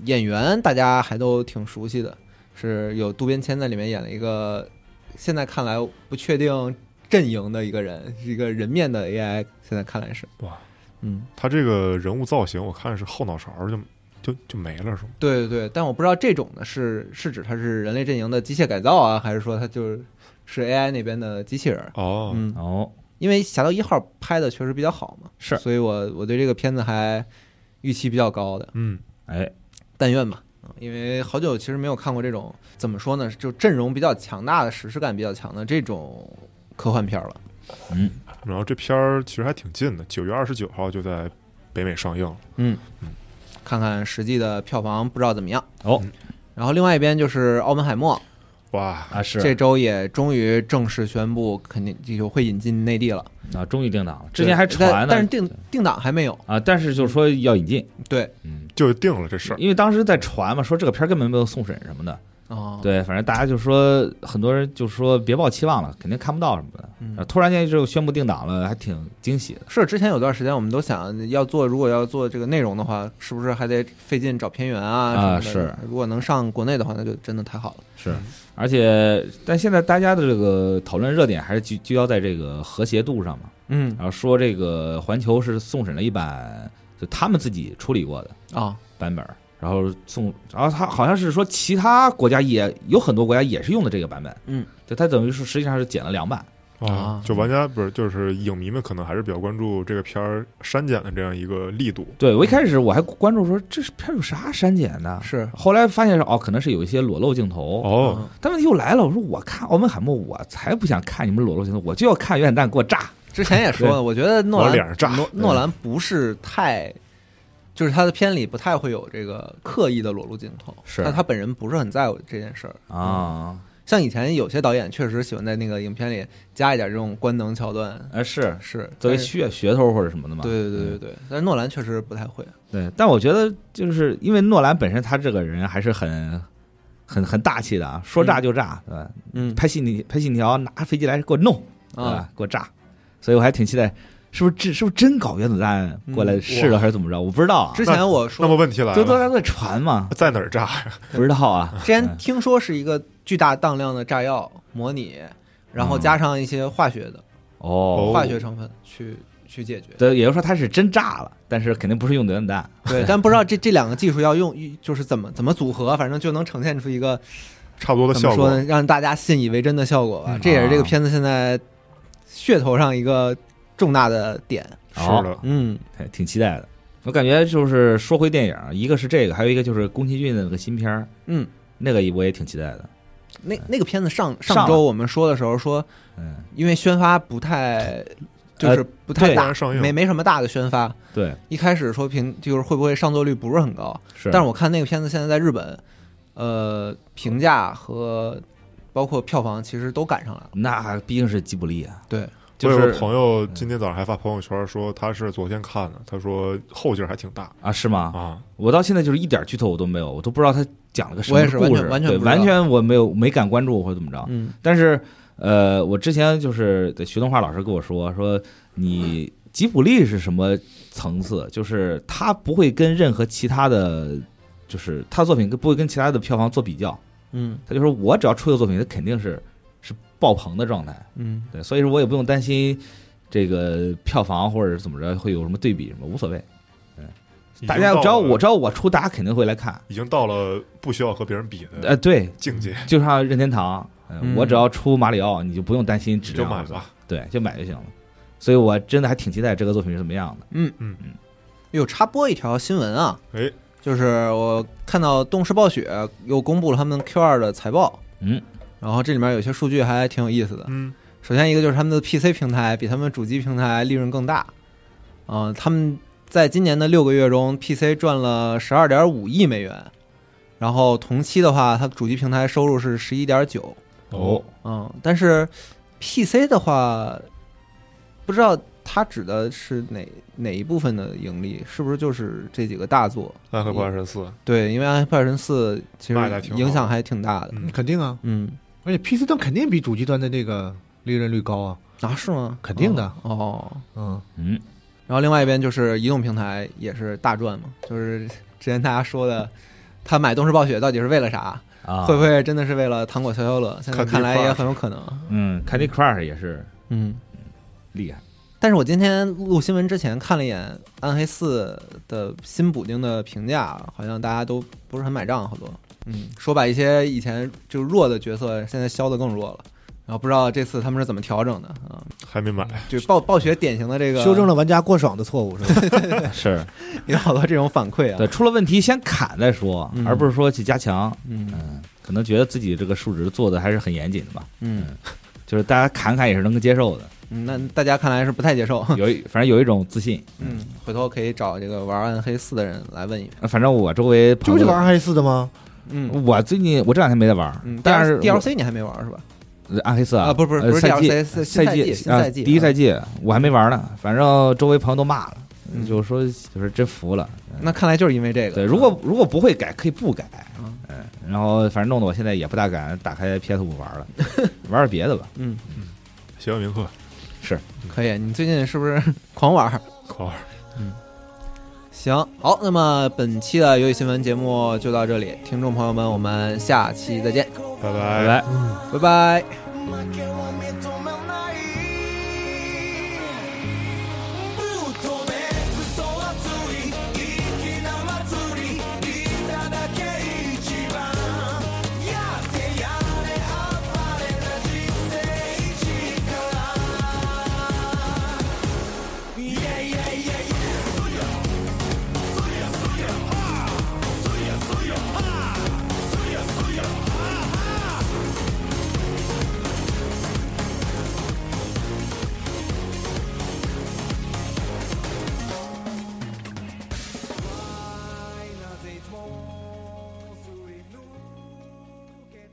Speaker 1: 演员大家还都挺熟悉的，是有渡边谦在里面演了一个现在看来不确定阵营的一个人，是一个人面的 AI，现在看来是
Speaker 2: 哇，
Speaker 1: 嗯，
Speaker 2: 他这个人物造型我看是后脑勺就就就没了是吗？
Speaker 1: 对对对，但我不知道这种呢是是指它是人类阵营的机械改造啊，还是说它就是是 AI 那边的机器人儿？
Speaker 2: 哦，
Speaker 1: 嗯，
Speaker 3: 哦，
Speaker 1: 因为《侠盗一号》拍的确实比较好嘛，
Speaker 3: 是
Speaker 1: 所以我我对这个片子还预期比较高的。
Speaker 2: 嗯，
Speaker 3: 哎，
Speaker 1: 但愿吧，嗯因为好久其实没有看过这种怎么说呢，就阵容比较强大的、史诗感比较强的这种科幻片了。
Speaker 3: 嗯，
Speaker 2: 然后这片儿其实还挺近的，九月二十九号就在北美上映了。
Speaker 1: 看看实际的票房不知道怎么样
Speaker 3: 哦。
Speaker 1: 然后另外一边就是《奥本海默
Speaker 2: 哇，
Speaker 3: 啊》，是
Speaker 1: 这周也终于正式宣布，肯定就会引进内地了。
Speaker 3: 啊，终于定档了，之前还
Speaker 1: 对
Speaker 3: 传呢，
Speaker 1: 但但是定定档还没有。
Speaker 3: 啊，但是就是说要引进，
Speaker 1: 对
Speaker 3: 嗯，
Speaker 2: 就定了这事儿。
Speaker 3: 因为当时在传嘛，说这个片儿根本没有送审什么的，
Speaker 1: 哦，，
Speaker 3: 对，反正大家就说很多人就说别抱期望了，肯定看不到什么的，
Speaker 1: 嗯
Speaker 3: 啊，突然间就宣布定档了，还挺惊喜的，
Speaker 1: 是之前有段时间我们都想要做，如果要做这个内容的话，是不是还得费劲找片源啊？
Speaker 3: 啊
Speaker 1: 什么的如果能上国内的话，那就真的太好了。
Speaker 3: 是，而且但现在大家的这个讨论热点还是聚聚焦在这个和谐度上嘛，
Speaker 1: 嗯
Speaker 3: 然后说这个环球是送审了一版，就他们自己处理过的，
Speaker 1: 啊，
Speaker 3: 版本儿，然后送，然后他好像是说其他国家也有很多国家也是用的这个版本，
Speaker 1: 嗯，
Speaker 3: 对，他等于是实际上是剪了两版，
Speaker 1: 啊
Speaker 2: 就玩家不是，就是影迷们可能还是比较关注这个片儿删减的这样一个力度。
Speaker 3: 对我一开始我还关注说这是片儿有啥删减的，
Speaker 1: 是
Speaker 3: 后来发现是哦，可能是有一些裸露镜头，
Speaker 2: 哦，
Speaker 1: 嗯
Speaker 3: 但问题又来了，我说我看《奥本海默》，我才不想看你们裸露镜头，我就要看原子弹给我炸，
Speaker 1: 之前也说了，我觉得诺
Speaker 2: 往脸
Speaker 1: 兰
Speaker 2: 上炸
Speaker 1: 诺诺兰不是太，就是他的片里不太会有这个刻意的裸露镜头，
Speaker 3: 是
Speaker 1: 但他本人不是很在乎这件事儿。
Speaker 3: 啊，
Speaker 1: 像以前有些导演确实喜欢在那个影片里加一点这种官能桥段，
Speaker 3: 呃是。
Speaker 1: 是
Speaker 3: 作为
Speaker 1: 但是
Speaker 3: 噱噱头或者什么的嘛，
Speaker 1: 对对对
Speaker 3: 嗯
Speaker 1: 对对，但是诺兰确实不太会。
Speaker 3: 对，但我觉得就是因为诺兰本身他这个人还是很很很大气的啊，说炸就炸，对吧？
Speaker 1: 嗯
Speaker 3: 拍信条拍信条，拿飞机来给我弄
Speaker 1: 啊，，
Speaker 3: 给我炸，所以我还挺期待，是不是真是不是真搞原子弹过来试了还是怎么着？我不知道啊，
Speaker 1: 之前我
Speaker 2: 那
Speaker 1: 说
Speaker 2: 么问题来
Speaker 3: 都都
Speaker 2: 了，
Speaker 3: 还在传嘛，
Speaker 2: 在哪儿炸呀？
Speaker 3: 不知道啊，
Speaker 1: 之前听说是一个巨大当量的炸药模拟，然后加上一些化学的
Speaker 3: 嗯哦，
Speaker 1: 化学成分去去解决。
Speaker 3: 对，也就是说他是真炸了，但是肯定不是用的原 子弹，
Speaker 1: 对，但不知道这这两个技术要用，就是怎么怎么组合，反正就能呈现出一个
Speaker 2: 差不多的
Speaker 1: 怎么
Speaker 2: 效
Speaker 1: 说
Speaker 2: 果。
Speaker 1: 呢，让大家信以为真的效果吧。这也是这个片子现在噱头上一个重大的点。
Speaker 2: 是的，
Speaker 1: 嗯
Speaker 3: 对挺期待的。我感觉就是说回电影啊，一个是这个，还有一个就是宫崎骏的那个新片儿，
Speaker 1: 嗯，
Speaker 3: 那个我也挺期待的，
Speaker 1: 那那个片子上
Speaker 3: 上
Speaker 1: 上周我们说的时候说，
Speaker 3: 嗯。
Speaker 1: 因为宣发不太，就是不太
Speaker 3: 对
Speaker 1: 大，
Speaker 2: 然上映
Speaker 1: 没没什么大的宣发。
Speaker 3: 对，
Speaker 1: 一开始说评就是会不会上座率不是很高，
Speaker 3: 是，
Speaker 1: 但是我看那个片子现在在日本，呃，评价和包括票房其实都赶上来了。
Speaker 3: 那毕竟是吉卜力啊，
Speaker 1: 对，
Speaker 3: 就
Speaker 2: 我有
Speaker 3: 是
Speaker 2: 个朋友今天早上还发朋友圈说他是昨天看的，他说后劲儿还挺大
Speaker 3: 啊，是吗？
Speaker 2: 啊。
Speaker 3: 我到现在就是一点剧透我都没有，我都不知道他讲了个什么
Speaker 1: 我
Speaker 3: 故
Speaker 1: 也是完
Speaker 3: 事，
Speaker 1: 全完全
Speaker 3: 对
Speaker 1: 不知道
Speaker 3: 完全我没有没敢关注或者怎么着。
Speaker 1: 嗯
Speaker 3: 但是呃，我之前就是对徐东华老师跟我说说，你吉卜力是什么层次？就是他不会跟任何其他的，就是他作品跟不会跟其他的票房做比较，
Speaker 1: 嗯
Speaker 3: 他就说我只要出一个作品，他肯定是是爆棚的状态。
Speaker 1: 嗯，
Speaker 3: 对，所以说我也不用担心这个票房或者是怎么着会有什么对比什么，无所谓。嗯大家只要我只要我出，大家肯定会来看。
Speaker 2: 已经到了不需要和别人比的
Speaker 3: 呃，对，
Speaker 2: 境界，
Speaker 3: 就像任天堂，呃
Speaker 1: 嗯
Speaker 3: 我只要出马里奥，你就不用担心质
Speaker 2: 就买
Speaker 3: 量。
Speaker 2: 吧。
Speaker 3: 对，就买就行了。所以我真的还挺期待这个作品是怎么样的。
Speaker 1: 有插播一条新闻啊，
Speaker 2: 哎，
Speaker 1: 就是我看到动视暴雪又公布了他们 Q 二的财报，
Speaker 3: 嗯，
Speaker 1: 然后这里面有些数据还挺有意思的。
Speaker 2: 嗯，
Speaker 1: 首先一个就是他们的 PC 平台比他们主机平台利润更大，嗯、他们在今年的六个月中，PC 赚了十二点五亿美元，然后同期的话，它主机平台收入是十一点九，
Speaker 3: 哦，
Speaker 1: 嗯，但是 PC 的话，不知道它指的是哪哪一部分的盈利，是不是就是这几个大作？
Speaker 2: 暗黑破坏神四，
Speaker 1: 对，因为《暗黑破坏神四》其
Speaker 2: 卖得挺
Speaker 1: 实
Speaker 2: 好
Speaker 1: 影响还挺大的。
Speaker 2: 嗯
Speaker 5: 肯定啊，
Speaker 1: 嗯，
Speaker 5: 而且 PC 端肯定比主机端的那个利润率高啊。
Speaker 1: 啊，是吗？
Speaker 5: 肯定的
Speaker 1: 哦。哦
Speaker 5: 嗯，
Speaker 3: 嗯，
Speaker 1: 然后另外一边就是移动平台也是大赚嘛，就是之前大家说的，他买动视暴雪到底是为了啥？
Speaker 3: 啊，
Speaker 1: 会不会真的是为了糖果消消乐？现在
Speaker 2: 看地
Speaker 1: 看来
Speaker 2: 块儿
Speaker 1: 也很有可能。
Speaker 3: 嗯，Candy Crush 也是
Speaker 1: 嗯，
Speaker 3: 厉害，
Speaker 1: 但是我今天录新闻之前看了一眼《暗黑四》的新补丁的评价，好像大家都不是很买账，好多。嗯，说把一些以前就弱的角色，现在削的更弱了。然后不知道这次他们是怎么调整的啊、
Speaker 2: 还没买，
Speaker 1: 就是暴暴雪典型的这个
Speaker 4: 修正了玩家过爽的错误是吧？
Speaker 3: 是
Speaker 1: 有好多这种反馈啊。
Speaker 3: 对，出了问题先砍再说，
Speaker 1: 嗯
Speaker 3: 而不是说去加强。
Speaker 1: 嗯
Speaker 3: 嗯，可能觉得自己这个数值做的还是很严谨的吧，
Speaker 1: 嗯
Speaker 3: 就是大家砍砍也是能够接受的，
Speaker 1: 嗯，那大家看来是不太接受。
Speaker 3: 有一反正有一种自信。
Speaker 1: 嗯，回头可以找这个玩《暗黑四》的人来问一问。
Speaker 3: 呃反正我周围
Speaker 5: 这
Speaker 3: 朋
Speaker 5: 不
Speaker 3: 友
Speaker 5: 就玩暗黑四的吗？
Speaker 1: 嗯
Speaker 3: 我最近我这两天没在玩，
Speaker 1: 嗯，
Speaker 3: 但是
Speaker 1: DLC 你还没玩是吧？
Speaker 3: 我暗黑四
Speaker 1: 啊，不是不是
Speaker 3: 呃
Speaker 1: 不是
Speaker 3: 赛季
Speaker 1: DLC，是新赛季新
Speaker 3: 啊
Speaker 1: 赛季
Speaker 3: 第一赛
Speaker 1: 季。
Speaker 3: 季我还没玩呢，反正周围朋友都骂了，
Speaker 1: 嗯
Speaker 3: 就说就是真服了。
Speaker 1: 那看来就是因为这个。
Speaker 3: 嗯对，如果如果不会改，可以不改。
Speaker 1: 嗯
Speaker 3: 嗯，然后反正弄得我现在也不大敢打开 PS 五玩了，玩点别的吧。
Speaker 1: 嗯。
Speaker 2: 邪恶铭刻，
Speaker 1: 可以，你最近是不是 狂玩儿？
Speaker 2: 快玩，
Speaker 1: 行，好，那么本期的游戏新闻节目就到这里，听众朋友们，我们下期再见，
Speaker 2: 拜
Speaker 3: 拜
Speaker 2: 拜
Speaker 3: 拜。
Speaker 1: 拜拜。
Speaker 6: 負けは認めないブートで嘘はつい粋な祭りいただけ一番やってやれ暴れな人生一からイェイイェイイェイなぜいつもすり抜けてく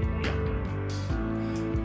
Speaker 7: 模样。